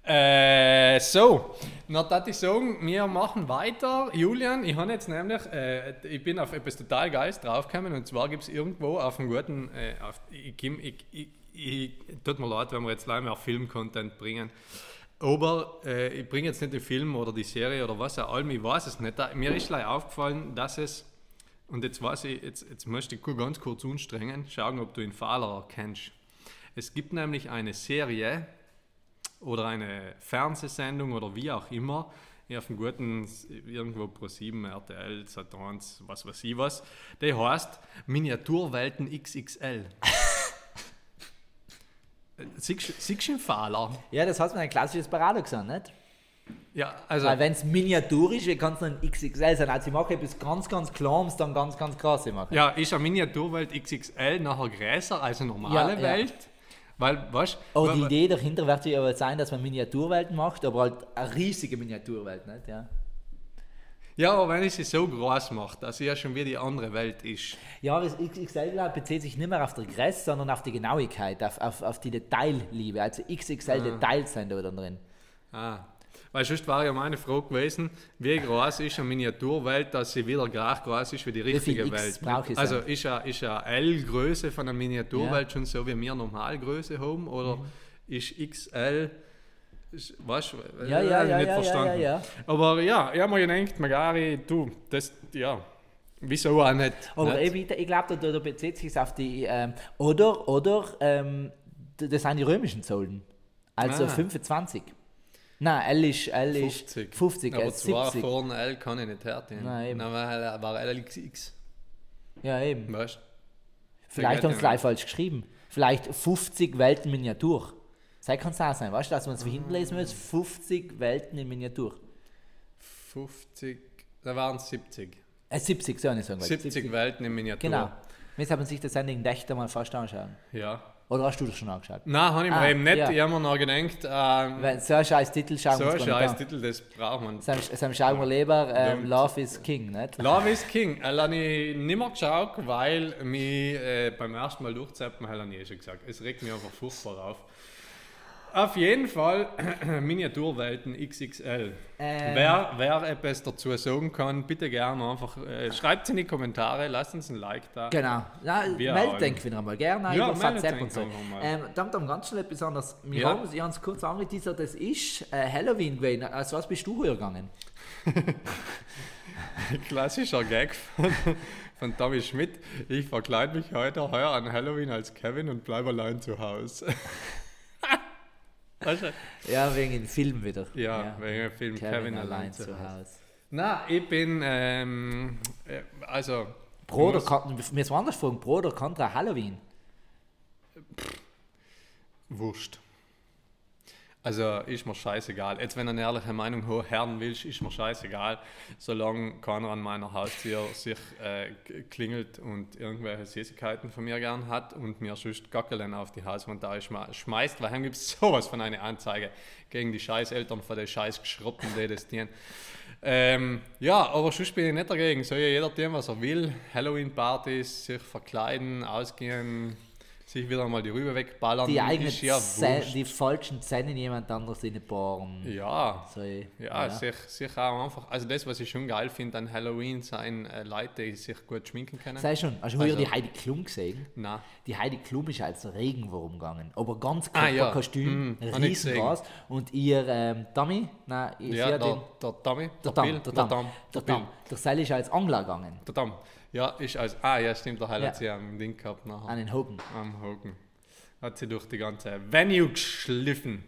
S3: Äh, so, na, das ich sagen, wir machen weiter. Julian, ich habe jetzt nämlich, äh, ich bin auf etwas total Geiles draufgekommen und zwar gibt es irgendwo auf dem guten, äh, auf, ich, komm- ich, ich, ich, tut mir leid, wenn wir jetzt leider mehr Film-Content bringen, aber äh, ich bringe jetzt nicht den Film oder die Serie oder was auch immer, ich weiß es nicht. Da- Mir ist leider aufgefallen, dass es, und jetzt weiß ich, jetzt, jetzt möchte ich ganz kurz anstrengen, schauen, ob du ihn Fahrer kennst. Es gibt nämlich eine Serie, oder eine Fernsehsendung oder wie auch immer, ja, auf dem guten, S- irgendwo pro 7, RTL, Sat1, was weiß ich was, die heißt Miniaturwelten XXL. Äh, siehst siehst du einen Fahler?
S1: Ja, das heißt mir ein klassisches Paradoxon, nicht?
S3: Ja, also,
S1: Weil wenn es miniatur ist, wie kann es dann XXL sein? Also ich mache etwas ganz, ganz Kleines, dann ganz, ganz krass machen.
S3: ja, ist eine Miniaturwelt XXL nachher größer als eine normale
S1: Ja, ja.
S3: Welt? Weil, weißt
S1: Aber die
S3: weil-
S1: Idee dahinter wird ja aber sein, dass man Miniaturwelten macht, aber halt eine riesige Miniaturwelt, nicht? Ja,
S3: ja, aber wenn ich sie so groß mache, dass sie ja schon wieder die andere Welt ist.
S1: ja das XXL glaub, bezieht sich nicht mehr auf den Größe, sondern auf die Genauigkeit, auf, auf, auf die Detailliebe. Also XXL-Details sind da dann drin.
S3: Ah, weil sonst war ja meine Frage gewesen, wie groß ist eine Miniaturwelt, dass sie wieder gleich groß ist wie die
S1: viel
S3: richtige
S1: X
S3: Welt.
S1: brauch ich
S3: also
S1: sein?
S3: ist ja ist eine L-Größe von einer Miniaturwelt schon so wie wir Normalgröße haben oder
S1: Mhm.
S3: ist XL ist- weißt, du,
S1: Ja,
S3: äh,
S1: ja,
S3: hab ich
S1: ja, ja,
S3: nicht
S1: ja,
S3: verstanden.
S1: ja, ja.
S3: Aber ja, ich habe mir gedacht, Magari, du, das, ja, wieso auch nicht?
S1: Aber
S3: nicht?
S1: eben, ich, ich glaube, da, da bezieht sich auf die, ähm, oder, oder, ähm, d- das sind die römischen Zollen. Also
S3: Ah.
S1: 25. Nein, L ist, L ist
S3: 50.
S1: 50
S3: Aber
S1: äh,
S3: zwar
S1: 70.
S3: vorne L kann ich nicht herziehen.
S1: Nein, eben.
S3: Dann war, war LXX,
S1: Ja, eben.
S3: weißt du?
S1: Vielleicht
S3: Vergeht
S1: haben sie
S3: ja
S1: gleich falsch geschrieben. Vielleicht 50 Welten Miniatur. Sei kann es auch sein, weißt du, dass man
S3: Ah.
S1: es hinten lesen muss? 50 Welten in Miniatur.
S3: 50, da waren es 70.
S1: Äh, 70, so nicht sagen. wollte.
S3: 70, Welten in Miniatur.
S1: Genau. Jetzt haben sich das Sending Dächter mal fast anschauen.
S3: Ja.
S1: Oder hast du das schon angeschaut?
S3: Nein, habe ich mir
S1: Ah,
S3: eben nicht.
S1: ja.
S3: Ich habe mir noch gedacht, ähm,
S1: Weil so ein scheiß Titel schauen
S3: so
S1: wir
S3: ein
S1: uns gar nicht an.
S3: scheiß Titel, das braucht man.
S1: Sam, Sam schauen wir lieber, ähm,
S3: Don't.
S1: Love is King, nicht?
S3: Love is King. Äh, habe ich nicht mehr geschaut, weil mich äh, beim ersten Mal durchzappen, habe ich eh schon gesagt. Es regt mich einfach furchtbar auf. Auf jeden Fall Miniaturwelten XXL.
S1: Ähm.
S3: Wer, wer etwas dazu sagen kann, bitte gerne einfach äh, schreibt es in die Kommentare, lasst uns ein Like da.
S1: Genau. Na,
S3: Wir
S1: meldet
S3: auch.
S1: denken wir einmal gerne
S3: Ja,
S1: über
S3: meldet
S1: WhatsApp
S3: euch
S1: und so.
S3: einfach mal.
S1: Ähm, dann dann ganz schnell etwas anderes. Wir
S3: Ja.
S1: haben es ja uns kurz angeteasert, das ist äh, Halloween gewesen. Also was bist du gegangen?
S3: Klassischer Gag von, von Tommy Schmidt. Ich verkleide mich heute heuer an Halloween als Kevin und bleibe allein zu Hause. Weißt du?
S1: Ja, wegen dem Film wieder.
S3: ja, wegen dem Film
S1: Kevin, allein, zu
S3: Hause.
S1: Hause.
S3: Na, ich bin, ähm, äh, also.
S1: Pro oder
S3: muss-
S1: Contra, wir müssen anders fragen, Pro oder Contra Halloween?
S3: Wurscht. Also ist mir scheißegal. Jetzt, wenn du eine ehrliche Meinung ho- hören willst, ist mir scheißegal, solange keiner an meiner Haustür sich äh, k- klingelt und irgendwelche Süßigkeiten von mir gern hat und mir schüsst Gackeln auf die Hauswand da schme- schmeißt, weil dann gibt es sowas von einer Anzeige gegen die Scheißeltern von den Scheißgeschroppen, die das tun. Ähm, ja, aber sonst bin ich nicht dagegen. Soll ja jeder tun, was er will. Halloween-Partys, sich verkleiden, ausgehen, sich wieder mal die Rübe wegballern.
S1: Die eigenen
S3: ist ja
S1: Ze-
S3: wurscht.
S1: die falschen Zähne jemand anders in den Bohren.
S3: Ja,
S1: So, ja,
S3: ja, Sich, sich auch einfach. Also, das, was ich schon geil finde an Halloween, sind äh, Leute, die sich gut schminken können.
S1: Sei schon, hast du früher
S3: Also-
S1: die Heidi Klum gesehen?
S3: Nein.
S1: Die Heidi Klum ist als Regenwurm gegangen, aber ganz
S3: Ah, ja.
S1: Körperkostüm,
S3: Mm,
S1: ah,
S3: hab ich
S1: riesen was. Und ihr ähm, Dummy, nein, ihr
S3: Ja,
S1: ja,
S3: der,
S1: den,
S3: der Tommy,
S1: der
S3: der,
S1: Damm,
S3: Bill,
S1: der Damm,
S3: der
S1: der
S3: Bill,
S1: Damm. Der Seil ist als Angler gegangen,
S3: der Damm. Ja, ist als. Ah, ja, stimmt, der Heil
S1: Ja. Ah,
S3: hat sie am Ding gehabt nachher.
S1: an den Hopen.
S3: Am Hogan. Hat sie durch die ganze Venue geschliffen.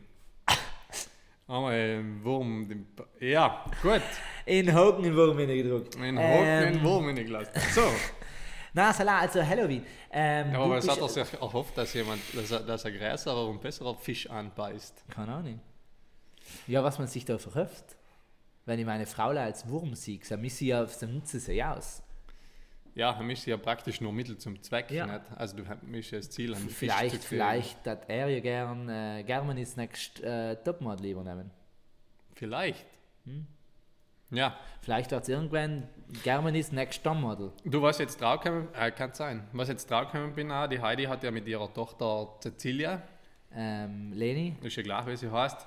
S3: Einmal einen Wurm. den Pa- Ja, gut.
S1: In Hopen in Wurm hineingedrückt.
S3: Einen Hogan,
S1: Ähm,
S3: einen Wurm in die Glas. So.
S1: Na, Salah, also Halloween. Ähm,
S3: Ja,
S1: du
S3: aber es
S1: bist-
S3: hat er sich erhofft, dass jemand, dass er, dass er größerer und besserer Fisch anbeißt.
S1: Keine Ahnung. Ja, was man sich da verhofft. Wenn ich meine Frau als Wurm sehe, dann misse ich ja, dann nutze sie ja aus.
S3: Ja, dann ist sie ja praktisch nur Mittel zum Zweck.
S1: Ja.
S3: Nicht? Also du hast ja das Ziel, einen Fisch zu
S1: Vielleicht,
S3: kriegen.
S1: vielleicht hat er ja gern äh, Germany's Next äh, Topmodel übernehmen.
S3: Vielleicht.
S1: Hm.
S3: Ja,
S1: Vielleicht hat es irgendwann Germany's Next Topmodel.
S3: du warst jetzt draufgekommen, äh, kann sein, was jetzt draufgekommen bin, auch, die Heidi hat ja mit ihrer Tochter Cecilia,
S1: Ähm, Leni?
S3: ist ja gleich, wie sie heißt,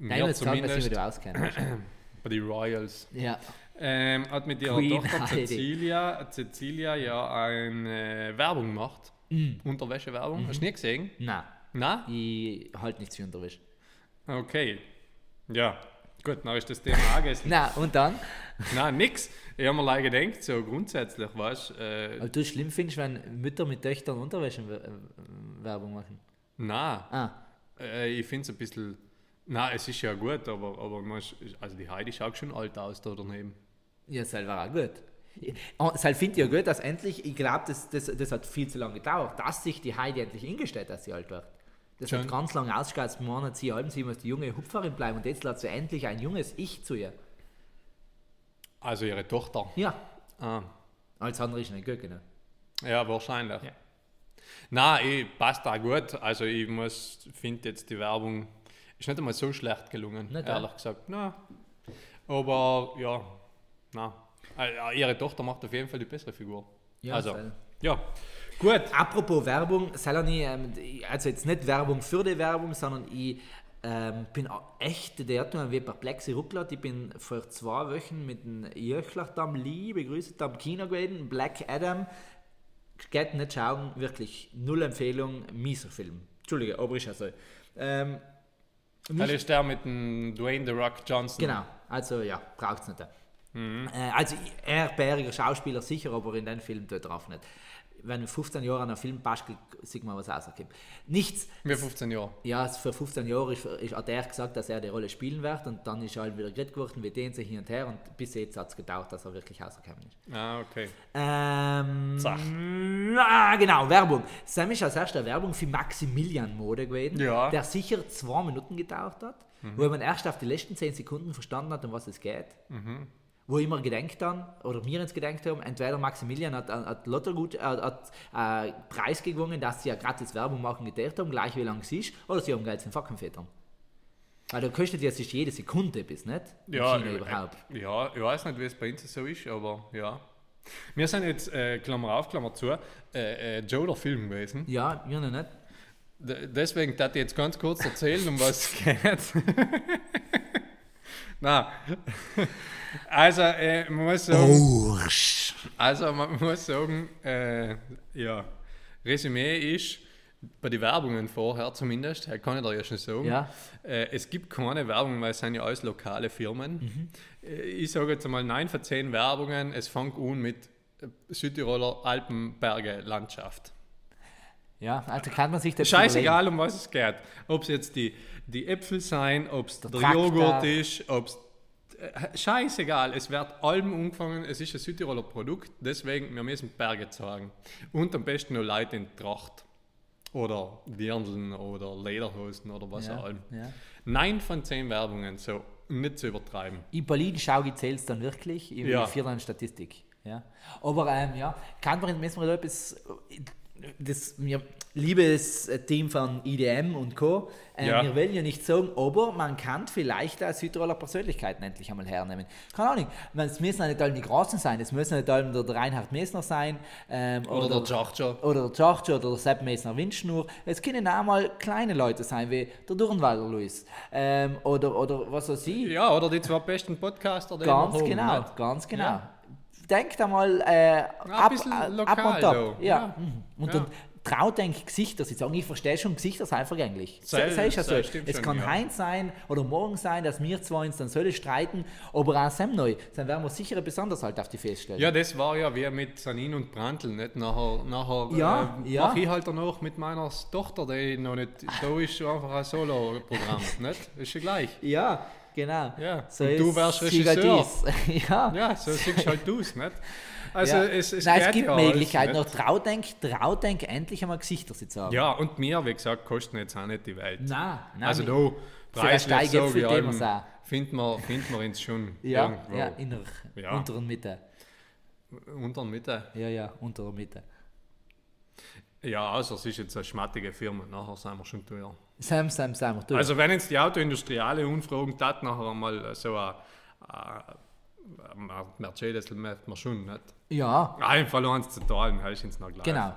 S1: Nein,
S3: mir
S1: jetzt sagen, dass ich mich
S3: zumindest,
S1: da auskenne.
S3: bei die Royals,
S1: ja.
S3: ähm, hat mit ihrer
S1: Queen
S3: Tochter
S1: Heidi.
S3: Cecilia, Cecilia ja eine Werbung gemacht,
S1: Mhm.
S3: Unterwäschewerbung, hast du nie gesehen?
S1: Nein,
S3: Na?
S1: ich halte nichts für unterwisch.
S3: Okay. Ja. Gut, dann ist das Thema angegessen.
S1: Na, und dann?
S3: Nein, nix. Ich habe mir leider gedacht, so grundsätzlich, weißt äh,
S1: Ob du es schlimm findest, wenn Mütter mit Töchtern Unterwäsche-Werbung machen?
S3: nein.
S1: Ah,
S3: Äh, ich finde es ein bisschen. Nein, es ist ja gut, aber, aber man ist, also die Heidi schaut schon alt aus da daneben.
S1: Ja, selber auch gut. Oh, Sal finde ich ja gut, dass endlich, ich glaube, das, das, das hat viel zu lange gedauert, dass sich die Heidi endlich hingestellt dass sie alt wird. Das
S3: Schon.
S1: hat ganz lange ausgeschaut, als man hat sie halb sie muss die junge Hupferin bleiben und jetzt lässt sie endlich ein junges Ich zu ihr.
S3: Also ihre Tochter.
S1: Ja,
S3: Ah.
S1: als andere ist nicht gut, genau.
S3: Ja, wahrscheinlich.
S1: Ja.
S3: Nein, ich, passt auch gut. Also ich muss, finde jetzt die Werbung ist nicht einmal so schlecht gelungen,
S1: Nicht, ja?
S3: ehrlich gesagt. Nein. Aber ja, nein. Also, ihre Tochter macht auf jeden Fall die bessere Figur.
S1: Ja,
S3: also,
S1: voll.
S3: ja. Gut.
S1: Apropos Werbung, Salani, ähm, also jetzt nicht Werbung für die Werbung, sondern ich ähm, bin auch echt, der hat mir wie perplexe Ruckler. Ich bin vor zwei Wochen mit dem Jörchlachdamm, liebe Grüße, da im Kino gewesen, Black Adam. Geht nicht schauen, wirklich null Empfehlung, mieser Film. Entschuldige, aber ist ja so. Ähm,
S3: Das ist der mit dem Dwayne The Rock Johnson.
S1: Genau, also ja, braucht es nicht. Äh, also er bäriger Schauspieler sicher, aber in den Film tut er auch nicht. Wenn 15 Jahre an einem Film passt, sieht man was rauskommt. Nichts.
S3: Wir 15 Jahre.
S1: Ja, es- vor 15 Jahren ist, ist, hat er gesagt, dass er die Rolle spielen wird und dann ist er halt wieder geredet geworden, wir dehnen sich hin und her und bis jetzt hat es gedauert, dass er wirklich rausgekommen ist.
S3: Ah, okay.
S1: Ähm,
S3: Zach.
S1: ah, genau, Werbung. Sam ist als erster Werbung für Maximilian Mode gewesen,
S3: Ja. Mhm.
S1: der sicher zwei Minuten gedauert hat, wo man erst auf die letzten zehn Sekunden verstanden hat, um was es geht.
S3: Mhm.
S1: Wo immer gedenkt dann, oder mir ins Gedenkt haben, entweder Maximilian hat, hat, hat Lottergut, äh, hat äh, Preis gewonnen, dass sie ja gratis Werbung machen gedacht haben, gleich wie lang es ist, oder sie haben Geld von Fackenvätern. Weil da kostet ja sich jede Sekunde bis, nicht? In
S3: Ja,
S1: China
S3: äh,
S1: überhaupt.
S3: äh, ja, ich weiß nicht, wie es bei uns so ist, aber ja. Wir sind jetzt, äh, Klammer auf, Klammer zu, äh, äh, Joe der Film gewesen.
S1: Ja, wir noch nicht.
S3: D deswegen darf ich jetzt ganz kurz erzählen, um was es geht. Na, also äh, man muss sagen, also man muss sagen, äh, ja, Resümee ist bei den Werbungen vorher zumindest, äh, kann ich da ja schon sagen.
S1: Ja.
S3: Äh, es gibt keine Werbung, weil es sind ja alles lokale Firmen. Äh, ich sage jetzt einmal 9 von 10 Werbungen, es fängt an mit äh, Südtiroler Alpenberge Landschaft.
S1: Ja, also kann man sich das
S3: Scheißegal, um was es geht. Ob es jetzt die, die Äpfel sein, ob es der,
S1: Traktor.
S3: Joghurt ist, ob es. äh, Scheißegal, es wird allem umgefangen, es ist ein Südtiroler Produkt, deswegen wir müssen Berge zeigen. Und am besten noch Leute in Tracht. Oder Dirndln oder Lederhosen oder was auch
S1: Ja,
S3: immer.
S1: ja.
S3: Neun von zehn Werbungen, so nicht zu übertreiben.
S1: Im Berlin schau ich zähl's dann wirklich, im
S3: Ja.
S1: ja. vierten Statistik. Ja. Aber ähm, ja, kann man jetzt mal etwas, äh, das mir liebes äh, Team von IDM und Co. Ähm,
S3: Ja.
S1: Wir wollen ja nicht sagen, aber man kann vielleicht auch Südtiroler Persönlichkeiten endlich einmal hernehmen. Keine Ahnung, es müssen ja nicht alle die Großen sein, es müssen ja nicht alle der Reinhard Messner sein ähm,
S3: Oder, der Jar Jar.
S1: oder der Giorgio oder der Sepp Mesner Windschnur. Es können auch mal kleine Leute sein, wie der Durnwalder Luis. Ähm, oder, oder was weiß ich.
S3: Ja, oder die zwei besten Podcaster, die
S1: Ganz
S3: wir haben,
S1: genau,
S3: nicht?
S1: ganz genau.
S3: Ja.
S1: Denkt einmal äh, ab,
S3: bisschen
S1: äh, ab
S3: lokal,
S1: und ab.
S3: though.
S1: Ja.
S3: Ja.
S1: mhm. Und
S3: Ja.
S1: dann traut denk Gesichter. Sie sagen, ich verstehe schon, Gesichter sind vergänglich. So,
S3: Sei-
S1: so ist ja so.
S3: sei- stimmt
S1: Es
S3: schon,
S1: kann
S3: ja.
S1: heim sein oder morgen sein, dass wir zwei uns dann sollen streiten, aber auch Sam neu. Dann werden wir sicher besonders halt auf die feststellen.
S3: Ja, das war ja wie mit Sanin und Brandl, nicht? Nachher, nachher
S1: Ja,
S3: äh,
S1: ja.
S3: mache ich halt danach mit meiner Tochter, die noch nicht da ist, einfach ein Solo-Programm, nicht? Ist ja gleich.
S1: Ja, genau.
S3: Ja, und du
S1: ist-
S3: wärst
S1: sie geht
S3: Regisseur.
S1: dies. ja.
S3: Ja, so siehst halt du es, nicht? Also
S1: ja.
S3: es, es,
S1: Nein,
S3: geht
S1: es gibt
S3: ja alles,
S1: Möglichkeiten.
S3: nicht?
S1: Noch Traudenk, Traudenk, endlich einmal Gesichter zu sagen.
S3: Ja, und mir, wie gesagt, kosten jetzt auch nicht die Welt.
S1: Nein, nein.
S3: also
S1: nicht.
S3: da,
S1: einen
S3: preislich so
S1: Steigäpfel
S3: wie
S1: geben wir's
S3: allem,
S1: auch.
S3: finden wir, finden wir uns schon
S1: Ja,
S3: irgendwo.
S1: ja, in der
S3: Ja.
S1: unteren Mitte.
S3: Unter der Mitte.
S1: Ja, ja, unter der Mitte.
S3: Ja, außer es ist jetzt eine schmattige Firma, nachher sind wir schon teuer.
S1: Sam, Sam, Sam, du.
S3: Also wenn jetzt die Autoindustrie alle umfragen, tat nachher mal so ein ein Mercedes merkt man schon nicht.
S1: ja,
S3: Einfach eins zu teilen, heißt jetzt noch gleich.
S1: genau.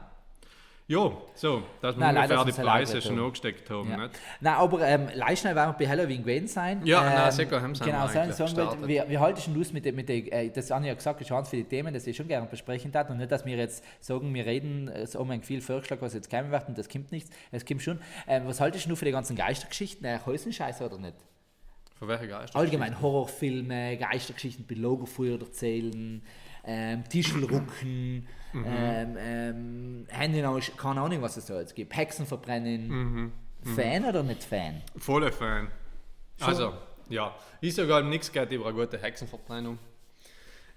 S3: Jo, so, dass wir
S1: Nein, leider
S3: ungefähr die
S1: sind's halt auch
S3: Preise
S1: nicht
S3: schon
S1: oben.
S3: angesteckt haben.
S1: Ja.
S3: Nicht?
S1: Nein, aber ähm, leicht schnell werden wir bei Halloween gewesen sein.
S3: Ja,
S1: ähm,
S3: nein, sicher, haben sie
S1: Genau,
S3: einmal
S1: so
S3: eigentlich
S1: sagen wollte,
S3: gestartet.
S1: wie, wie haltest du es mit dem, mit dem äh, das habe ich ja gesagt, Chance für die Themen, das ich schon gerne besprechen darf und nicht, dass wir jetzt sagen, wir reden äh, so um ein viel Vorschlag, was jetzt kommen wird und das kommt nichts, es kommt schon. Ähm, was haltest du für die ganzen Geistergeschichten, äh, Häusenscheiße oder nicht?
S3: Von welcher Geist?
S1: Allgemein Horrorfilme, Geistergeschichten bei Lagerfeuer erzählen, ähm, Tischelrücken,
S3: Mhm.
S1: ähm, ähm, Handy, keine Ahnung, was es da jetzt gibt, Hexen verbrennen.
S3: Mhm.
S1: Fan oder nicht Fan?
S3: Voller Fan. Also, ja. Ich sogar nichts gehört über eine gute Hexenverbrennung.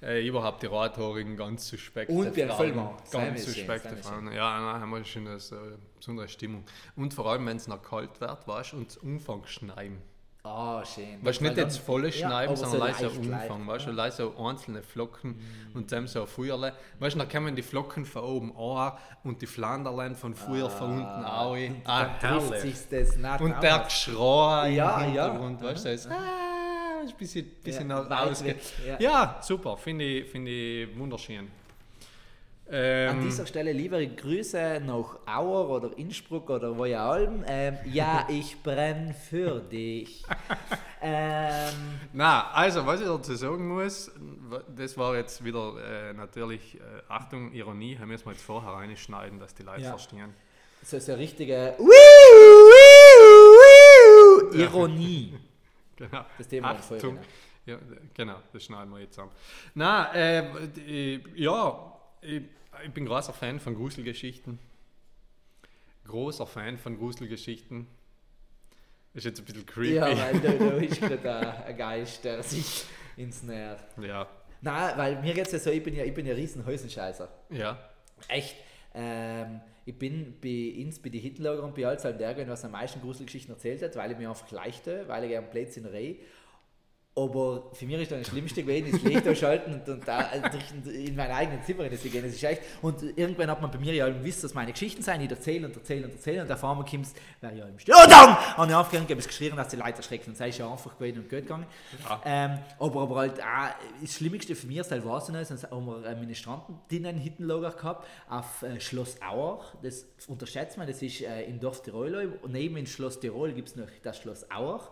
S3: Äh, überhaupt die Rathaarigen ganz suspekte
S1: Und Björn
S3: Frauen.
S1: Vollmer. Sei mir
S3: Ganz
S1: schön, sei
S3: suspekte
S1: mir
S3: Frauen. Ja, nein, haben wir schon eine so äh, besondere Stimmung. Und vor allem, wenn es noch kalt wird, weißt du, und das Umfang schneien.
S1: Ah, schön.
S3: Weißt du, nicht
S1: Weil
S3: jetzt
S1: dann-
S3: volle
S1: Ja,
S3: Schneiden,
S1: aber
S3: sondern
S1: so
S3: leise
S1: leicht,
S3: Umfang.
S1: leicht,
S3: Weißt du, leise so einzelne Flocken und dann so ein Feuerle. Weißt du, dann kommen die Flocken von oben an und die Flanderlein von Feuer von unten auch. Ah,
S1: Dann trifft
S3: herrlich.
S1: sich das nicht
S3: Und
S1: auch
S3: der
S1: was.
S3: Geschrei
S1: Ja,
S3: im
S1: ja.
S3: Hintergrund, weißt du, ist, ah, ist ein bisschen, bisschen
S1: Ja,
S3: au-
S1: weit
S3: ausge-
S1: weg,
S3: ja.
S1: ja.
S3: super, finde ich, finde ich wunderschön.
S1: An
S3: Ähm,
S1: dieser Stelle liebe Grüße nach Auer oder Innsbruck oder wo ja allem. Ähm, ja, ich brenn für dich. ähm,
S3: na, also, was ich dazu sagen muss, w- das war jetzt wieder äh, natürlich, äh, Achtung, Ironie, haben wir es mal jetzt vorher reinschneiden, dass die Leute
S1: Ja.
S3: verstehen.
S1: so, so richtige Ironie.
S3: Genau.
S1: Das Thema war
S3: Achtung.
S1: voll, genau.
S3: Ja, genau, das schneiden wir jetzt an. Na, äh, die- ja, ich, ich bin großer Fan von Gruselgeschichten. Großer Fan von Gruselgeschichten. Ist jetzt ein bisschen creepy.
S1: Ja,
S3: Ja.
S1: weil da, da ist gerade ein Geist, der sich ins Näher.
S3: ja.
S1: Nein, weil mir geht's ja so, ich bin ja, ich bin ja riesen Häusenscheißer. Echt. Ähm, ich bin bei ins bei die Hitler und bei Alzheimer der, gewesen, was am meisten Gruselgeschichten erzählt hat, weil ich mir einfach leichte, weil ich gerne Blödsinn rede. Aber für mich ist dann das Schlimmste gewesen, das Licht ausschalten und, und da äh, durch- in mein eigenes Zimmer hinein zu gehen. Das ist echt. Und irgendwann hat man bei mir ja allem gewusst, dass meine Geschichten sind, die ich erzähle und erzähle und erzähle. Und auf einmal kommst wer ja im Stil. Und dann! Und ich aufgehört, habe es geschrien, dass die Leute erschrecken. Und sei ist ja einfach gewesen und gut gegangen.
S3: Ja.
S1: Ähm, aber, aber halt auch, das Schlimmste für mich ist halt, was nicht, sonst haben wir äh, Ministrantinnen Hittenlager gehabt auf äh, Schloss Auer. Das unterschätzt man, das ist äh, im Dorf Tirol. Neben in Schloss Tirol gibt es noch das Schloss Auer.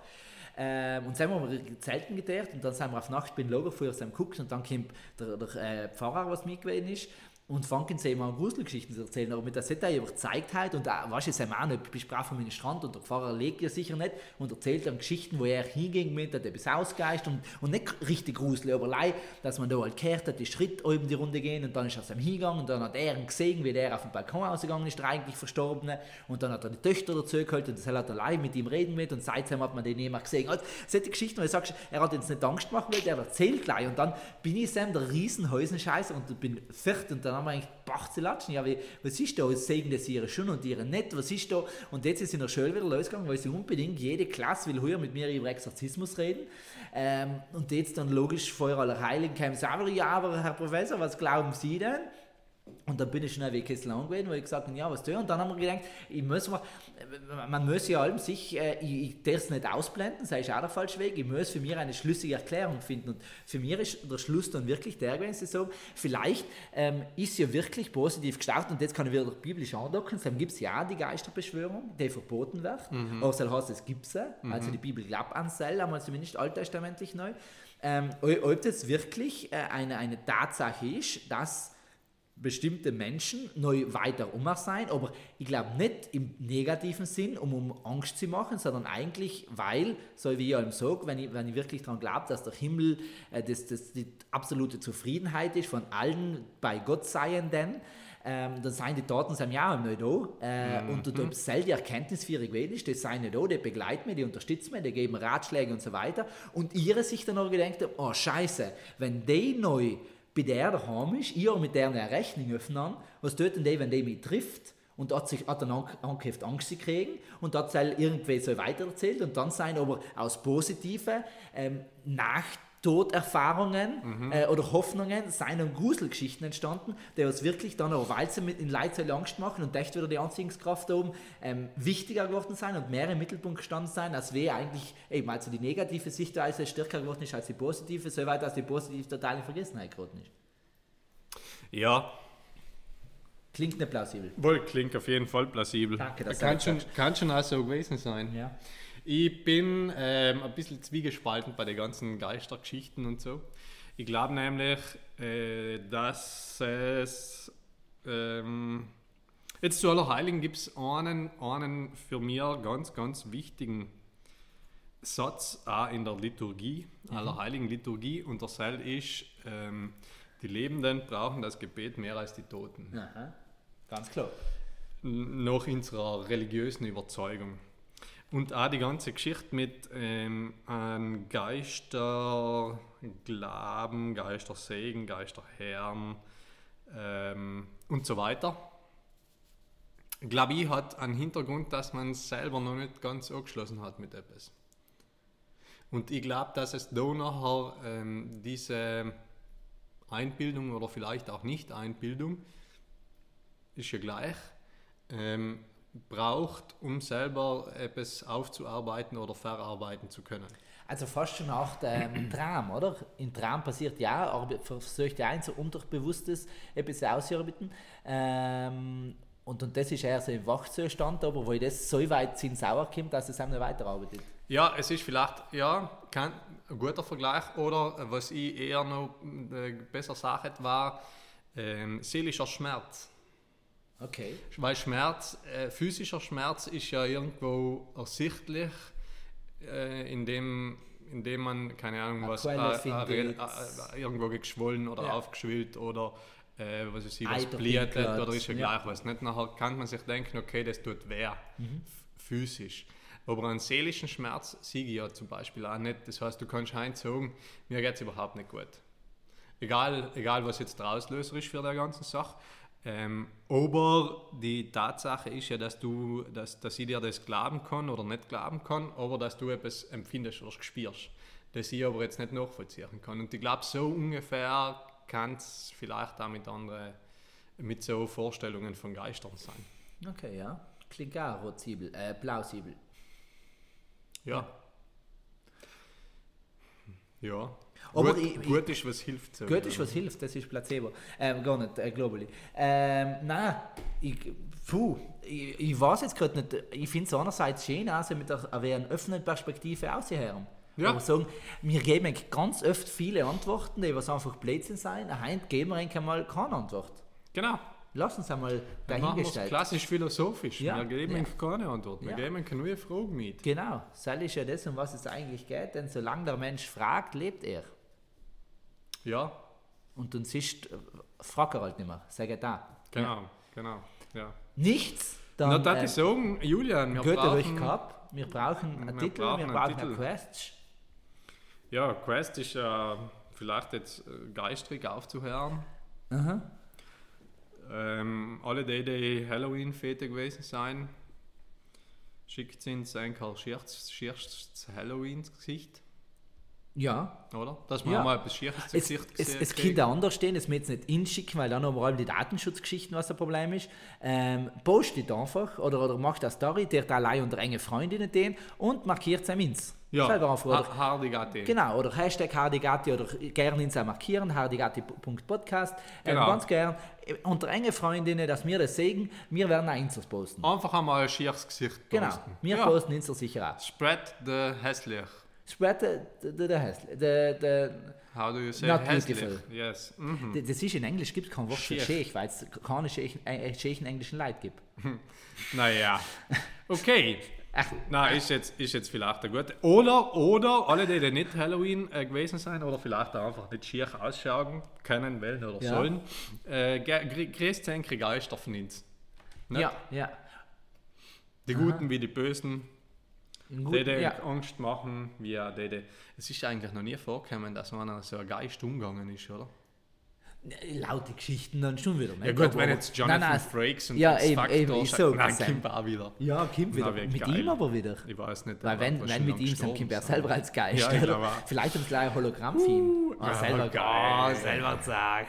S1: Ähm, und dann haben wir Zelten geteert und dann sind wir auf Nacht beim Lagerfeuer sind geguckt und dann kommt der, der äh, Pfarrer, was mitgewesen ist, und fangen sie immer an Gruselgeschichten zu erzählen. Aber mit der Settei überzeigt halt und auch, weißt du, sind wir auch nicht, bist brav vom Ministrant und der Pfarrer legt ja sicher nicht und erzählt dann Geschichten, wo er hingegen mit hat, etwas ausgeist und, und nicht richtig Grusel, aber allein, dass man da halt gehört hat, die Schritt oben die Runde gehen und dann ist er auf seinem hingegangen und dann hat er ihn gesehen, wie der auf den Balkon ausgegangen ist, der eigentlich Verstorbene und dann hat er die Töchter dazu geholt und das hat er allein mit ihm reden mit und seitdem hat man den nicht mehr gesehen. Also, solche Geschichten, wo du sagst, er hat uns nicht Angst gemacht, weil der erzählt gleich und dann bin ich Sam der riesen Häusenscheißer und bin viert und dann haben haben wir eigentlich Bach zu latschen. Ja, wie, was ist da? Sagen das ihre schon und ihre nicht? Was ist da? Und jetzt ist in der Schule wieder losgegangen, weil sie unbedingt, jede Klasse will heuer mit mir über Exorzismus reden. Ähm, und jetzt dann logisch vor aller Heiligen kam es aber, ja, aber Herr Professor, was glauben Sie denn? Und dann bin ich schnell weg ins Land gewesen, weil ich gesagt habe, ja, was tue ich? Und dann haben wir gedacht, ich muss mal, man muss ja allem sich, äh, ich, ich darf es nicht ausblenden, sei ich auch der falsche Weg, ich muss für mich eine schlüssige Erklärung finden. Und für mich ist der Schluss dann wirklich der gewesen, so, vielleicht ähm, ist ja wirklich positiv gestartet und jetzt kann ich wieder biblisch andocken, dann gibt es ja auch die Geisterbeschwörung, die verboten wird, mhm. auch heißt es gibt sie, also die Bibel glaubt an sie, einmal zumindest alttestamentlich neu. Ähm, ob das wirklich äh, eine, eine Tatsache ist, dass bestimmte Menschen neu weiter um sein, aber ich glaube nicht im negativen Sinn, um, um Angst zu machen, sondern eigentlich, weil, so wie ich allem sage, wenn ich, wenn ich wirklich daran glaube, dass der Himmel äh, das, das die absolute Zufriedenheit ist von allen bei Gott Seienden, ähm, dann sind die Taten sind ja auch nicht da. Äh, Und ob es selber die Erkenntnis für ihre ist, das sind nicht da, die begleiten mich, die unterstützen mich, die geben Ratschläge und so weiter. Und ihre sich dann auch gedacht haben, oh scheiße, wenn die neu bei der daheim ist, ich auch mit der eine Rechnung öffnen, was tut denn der, wenn der mich trifft? Und hat sich hat dann ang- angeheft Angst gekriegt und hat es irgendwie so weitererzählt und dann sind aber aus positiven ähm, Nachtoderfahrungen äh, oder Hoffnungen seiner Gruselgeschichten entstanden, der was wirklich dann auch Walze mit in Leitzeile Angst machen und echt wieder die Anziehungskraft da oben ähm, wichtiger geworden sein und mehr im Mittelpunkt gestanden sein, als wäre eigentlich eben also die negative Sichtweise stärker geworden ist als die positive, soweit als die positive total in Vergessenheit geraten ist.
S3: Ja,
S1: Klingt nicht plausibel.
S3: wohl klingt auf jeden Fall plausibel.
S1: Danke, dass du
S3: kann
S1: das
S3: schon, kann schon auch so gewesen sein.
S1: Ja.
S3: Ich bin ähm, ein bisschen zwiegespalten bei den ganzen Geistergeschichten und so. Ich glaube nämlich, äh, dass es. Ähm, jetzt zu Allerheiligen gibt es einen, einen für mich ganz, ganz wichtigen Satz auch in der Liturgie, Allerheiligen Liturgie, und der Seil ist: ähm, Die Lebenden brauchen das Gebet mehr als die Toten
S1: Aha. Ganz klar.
S3: nach unserer religiösen Überzeugung. Und auch die ganze Geschichte mit ähm, an Geisterglauben, Geistersegen, Geisterherren ähm, und so weiter. Glaube ich, hat einen Hintergrund, dass man selber noch nicht ganz angeschlossen hat mit etwas. Und ich glaube, dass es da nachher ähm, diese Einbildung oder vielleicht auch Nicht-Einbildung ist ja gleich, ähm, braucht, um selber etwas aufzuarbeiten oder verarbeiten zu können.
S1: Also fast schon auch ähm, Traum, oder? In Traum passiert ja, aber versucht ja ein so unterbewusstes etwas auszuarbeiten. Ähm, und, und das ist eher so im Wachzustand, aber weil das so weit sind sauer kommt, dass es einem nicht weiterarbeitet.
S3: Ja, es ist vielleicht ja, kein, ein guter Vergleich oder äh, was ich eher noch äh, besser gesagt war, ähm, seelischer Schmerz.
S1: Okay.
S3: Weil Schmerz, äh, physischer Schmerz ist ja irgendwo ersichtlich, äh, indem, indem man, keine Ahnung,
S1: Eine
S3: was
S1: Quelle
S3: äh,
S1: findet.
S3: äh, re- äh, äh, irgendwo geschwollen oder
S1: Ja.
S3: aufgeschwillt oder äh, was ist ich, was
S1: Eiter
S3: blietet
S1: pinkelt.
S3: oder ist ja
S1: Ja. Mhm.
S3: gleich was. Nicht? Nachher kann man sich denken, okay, das tut weh, f- physisch. Aber einen seelischen Schmerz sehe ich ja zum Beispiel auch nicht. Das heißt, du kannst heim sagen, mir geht es überhaupt nicht gut. Egal, egal was jetzt der Auslöser ist für der ganzen Sache. Ähm, aber die Tatsache ist ja, dass du, dass, dass ich dir das glauben kann oder nicht glauben kann, aber dass du etwas empfindest oder spürst, das ich aber jetzt nicht nachvollziehen kann. Und ich glaube, so ungefähr kann es vielleicht auch mit anderen, mit so Vorstellungen von Geistern sein.
S1: Okay, ja. Klingt auch rozibel, äh, plausibel.
S3: Ja. Ja.
S1: Aber
S3: gut,
S1: ich- ich-
S3: gut ist, was hilft. so.
S1: Gut ist, was hilft, das ist Placebo. Ähm, gar nicht, äh, globally. Ähm, nein, ich, puh, ich, ich weiß jetzt gerade nicht, ich finde es einerseits schön, also mit der einer offenen Perspektive auszuhören.
S3: Ja.
S1: Aber sagen, wir geben eigentlich ganz oft viele Antworten, die was einfach Blödsinn sein. Heute geben wir eigentlich mal keine Antwort.
S3: Genau.
S1: Lass uns einmal
S3: Machen wir's
S1: dahingestellt.
S3: klassisch philosophisch.
S1: Ja.
S3: Wir geben
S1: Ja.
S3: eigentlich keine Antwort. Wir
S1: Ja.
S3: geben eigentlich neue Fragen mit.
S1: Genau, das ist ja das, um was es eigentlich geht, denn solange der Mensch fragt, lebt er.
S3: Ja,
S1: Und dann ist, äh, fragt er halt nicht mehr, sag ich da.
S3: genau. Genau. Ja.
S1: Nichts, dann.
S3: Na, darf
S1: ähm,
S3: ich sagen, Julian, wir
S1: Goethe ruhig
S3: brauchen...
S1: gehabt. Wir brauchen einen
S3: wir
S1: Titel,
S3: brauchen
S1: wir
S3: einen
S1: brauchen eine
S3: Titel.
S1: Quest.
S3: Ja, äh, Quest ist ja vielleicht jetzt äh, geistrig aufzuhören. ähm, alle, die die Halloween-Fete gewesen sind, schickt uns einfach schierstes schierstes Halloween-Gesicht,
S1: Ja,
S3: oder? Dass wir
S1: Ja.
S3: mal ein schierstes
S1: Es,
S3: Gesicht
S1: es,
S3: gesehen
S1: es
S3: kriegen.
S1: könnte auch anders stehen, das wir jetzt nicht inschicken, weil dann haben wir all die Datenschutzgeschichten, was ein Problem ist. Ähm, postet einfach oder, oder macht eine Story, der da allein und enge Freundinnen den und markiert sein ins.
S3: Ja, Ah.
S1: Selber auf, oder,
S3: ha Hardigate.
S1: Genau, oder Hashtag Hardigati oder gerne ins auch markieren, hardigati.podcast.
S3: Genau.
S1: Ähm, ganz gern. Äh, Unter enge Freundinnen, dass wir das sehen, wir werden auch Instas posten.
S3: Einfach einmal ein schieres Gesicht
S1: Genau,
S3: Oh, posten.
S1: wir
S3: ja.
S1: posten Instas sicher auch.
S3: Spread the hässlich.
S1: Spread the, the, the, hustle- the, the,
S3: How do you say
S1: Not
S3: hässlich?
S1: beautiful.
S3: Yes. Mhm.
S1: D- Das ist in Englisch, gibt es kein Wort für
S3: Schiech.
S1: Scheich, weil es keine Scheich, äh, Scheichen englischen Leid gibt.
S3: Naja. Okay.
S1: Ach.
S3: Na, ist jetzt, ist jetzt vielleicht ein gut. Oder, oder, alle, die, die nicht Halloween äh, gewesen sind oder vielleicht auch einfach nicht schier ausschauen können, wollen oder
S1: Ja.
S3: sollen, äh, ge- grie- grüßt ein Geister von uns. Nicht?
S1: Ja, ja.
S3: Die Guten wie die Bösen,
S1: Gut,
S3: die, die
S1: ja.
S3: Angst machen, wie auch die, die. Es ist eigentlich noch nie vorgekommen, dass man so ein Geist umgegangen ist, oder?
S1: Laute Geschichten dann schon wieder. ne?
S3: Ja, gut,
S1: Aber-
S3: wenn jetzt
S1: Nein,
S3: Jonathan
S1: nein,
S3: Frakes und
S1: ja,
S3: das
S1: eben,
S3: Faktor
S1: eben, ist
S3: sagt,
S1: so
S3: nein,
S1: sein.
S3: Kim auch wieder.
S1: Ja, Kim wieder.
S3: Na, wär
S1: mit
S3: geil.
S1: ihm aber wieder.
S3: Ich weiß nicht.
S1: Weil
S3: der
S1: wenn,
S3: wird
S1: wenn mit
S3: wahrscheinlich
S1: ihm, dann
S3: gestorben
S1: kommt er
S3: sein.
S1: selber als Geist.
S3: Ja, ich
S1: oder?
S3: glaube auch.
S1: Vielleicht haben sie gleich ein Hologramm für ihn. Ah,
S3: ja,
S1: selber
S3: geil.
S1: geil. selber Zag.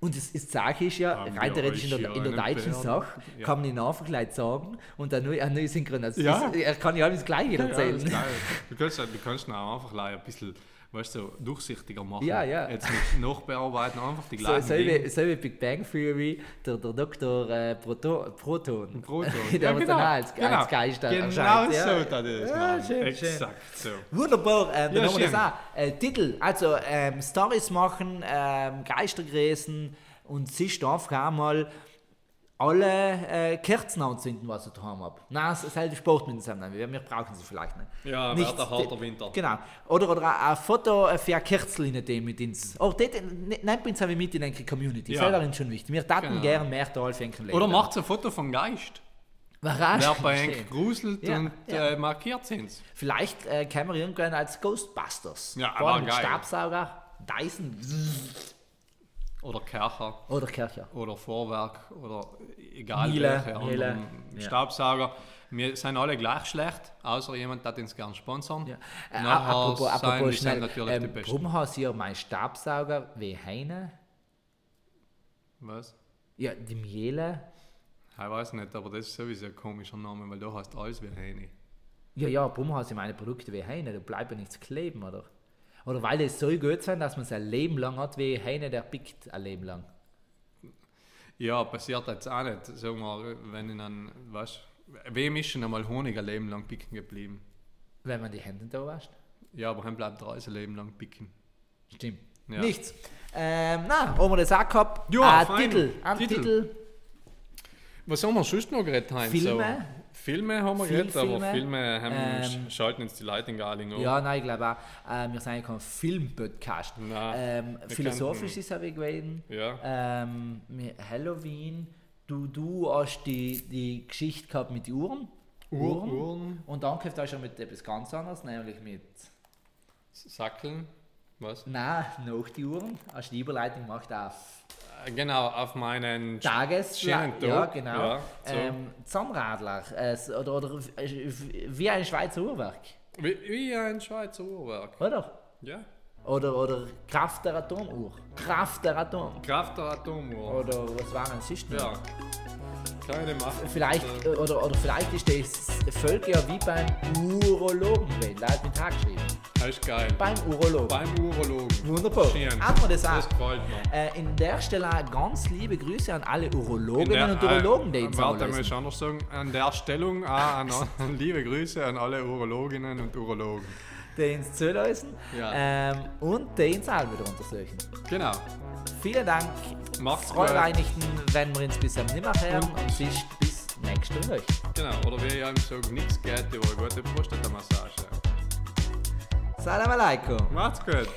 S1: Und das ist Zag ist ja,
S3: Haben
S1: rein
S3: wir
S1: theoretisch in
S3: euch
S1: der,
S3: hier
S1: in der
S3: einen
S1: deutschen
S3: Bären?
S1: Sache,
S3: Ja.
S1: kann man ihn einfach gleich sagen und dann nur eine neue Synchronisation.
S3: Ja.
S1: Er kann ja alles gleich wieder
S3: Ja, das
S1: erzählen.
S3: ist geil. Du kannst, du kannst ihn auch einfach gleich ein bisschen weißt du, durchsichtiger machen.
S1: Ja, ja.
S3: Jetzt mit Nachbearbeiten einfach die
S1: So,
S3: gleichen
S1: selbe,
S3: Dinge.
S1: selbe Big Bang Theory, der, der Dr. Äh, Proto, Proton.
S3: Proton.
S1: der
S3: Ja,
S1: wird
S3: genau.
S1: dann auch als,
S3: Genau.
S1: als Geist
S3: Genau
S1: erscheint,
S3: so,
S1: ja.
S3: das ist
S1: Ja,
S3: Mann.
S1: schön, schön.
S3: Exakt so.
S1: Wunderbar, ähm,
S3: Ja,
S1: dann haben wir das
S3: schön.
S1: auch. Äh, Titel, also ähm, Stories machen, ähm, Geister gräsen und sich darf auch mal alle äh, Kerzen anzünden, was ich daheim habe. Nein, es halt sollte Sportmittel sein, nein, wir wir brauchen sie vielleicht nicht.
S3: Ja,
S1: Nichts.
S3: wird ein harter Winter.
S1: Genau. Oder, oder ein- ein Foto äh, für ein Kerzel in dem mit uns. Auch das ne- nehmt uns auch mit in eine Community.
S3: Ja.
S1: Ja. Das ist schon wichtig. Wir taten
S3: Genau.
S1: gerne mehr da als Leben.
S3: Oder macht ein Foto vom Geist. Wer
S1: Überraschend.
S3: bei Henk gruselt
S1: Ja,
S3: und
S1: ja.
S3: Äh, markiert sind.
S1: Vielleicht äh, kämen wir irgendwann als Ghostbusters.
S3: Ja,
S1: Vor
S3: aber
S1: allem mit
S3: geil.
S1: Stabsauger, Dyson
S3: Oder Kercher.
S1: oder Kercher.
S3: oder Vorwerk oder egal
S1: Miele,
S3: welche
S1: Miele,
S3: anderen
S1: ja.
S3: Staubsauger. Wir sind alle gleich schlecht, außer jemand hat uns gern sponsern.
S1: Ja. Äh,
S3: Nachher
S1: apropos,
S3: sind- wir
S1: apropos
S3: sind
S1: schnell.
S3: natürlich die
S1: Ähm,
S3: Besten.
S1: warum hast du ja meinen Stabsauger wie Heine?
S3: Was?
S1: Ja, die Miele.
S3: Ich weiß nicht, aber das ist sowieso ein komischer Name, weil du hast alles wie Heini.
S1: Ja, ja, warum hast du meine Produkte wie Heine? Da bleibt ja nichts kleben, oder? Oder weil es so gut sind, dass man es ein Leben lang hat, wie Heine, der pickt ein Leben lang.
S3: Ja, passiert jetzt auch nicht. Sagen wir, wenn in einem, was, wem ist schon einmal Honig ein Leben lang picken geblieben?
S1: Wenn man die Hände da wascht.
S3: Ja, aber heim bleibt alles ein Leben lang picken.
S1: Stimmt.
S3: Ja.
S1: Nichts. Ähm, na, haben wir das auch gehabt?
S3: Ja,
S1: Ein
S3: fein.
S1: Titel, ein
S3: Titel.
S1: Titel.
S3: Was haben wir sonst noch geredet? Heinz?
S1: Filme?
S3: So, Filme haben wir
S1: Viel
S3: geredet, aber
S1: Filme.
S3: Filme haben,
S1: Ähm,
S3: schalten jetzt die Leute gar nicht an.
S1: Ja, nein, ich glaube auch, äh, wir sind ja kein Film-Podcast.
S3: Nein,
S1: Ähm,
S3: wir
S1: philosophisch
S3: könnten-
S1: ist es auch gewesen.
S3: Ja.
S1: Ähm, mit Halloween, du, du hast die, die Geschichte gehabt mit Uhren.
S3: Ur- Uhren.
S1: Und dann kommt auch schon mit etwas ganz anderes, nämlich mit.
S3: Sackeln. Was?
S1: Nein, noch die Uhren. Hast du die Überleitung gemacht auf
S3: Äh, Genau, auf meinen.
S1: Tages.
S3: Schönen
S1: Ja,
S3: Tag,
S1: genau.
S3: ja, so.
S1: ähm, Zahnradler. Äh, s- oder, oder äh, wie ein Schweizer Uhrwerk,
S3: Wie, wie ein Schweizer Uhrwerk.
S1: oder?
S3: Ja.
S1: Oder, oder Kraft der Atomuhr. Kraft der Atom.
S3: Kraft der Atomuhr.
S1: Oder was waren es sonst noch?
S3: Ja. Kleine Macht.
S1: Vielleicht,
S3: Äh,
S1: äh, oder, oder vielleicht ist das Völker ja wie beim Urologen, wenn Leute mit Tag geschrieben.
S3: Das Äh, ist geil.
S1: Beim Urologen.
S3: Beim Urologen.
S1: Wunderbar.
S3: Schön.
S1: Haben wir das auch.
S3: Das gefällt mir.
S1: äh, in der Stelle auch ganz liebe Grüße an alle Urologinnen und
S3: äh,
S1: Urologen, die uns
S3: Warte, muss
S1: anlesen.
S3: ich anders sagen. An der Stellung auch an, an liebe Grüße an alle Urologinnen und Urologen.
S1: die uns zulösen
S3: Ja.
S1: ähm, und die uns auch wieder untersuchen.
S3: Genau.
S1: Vielen Dank.
S3: Macht's gut.
S1: Frohe Weihnachten, wenn wir uns bis am Nimmerherren und sonst bis nächste Woche.
S3: Genau. Oder wie ich eben sage, nichts geht über eine gute Prostatamassage.
S1: Salam alaikum.
S3: Macht's gut.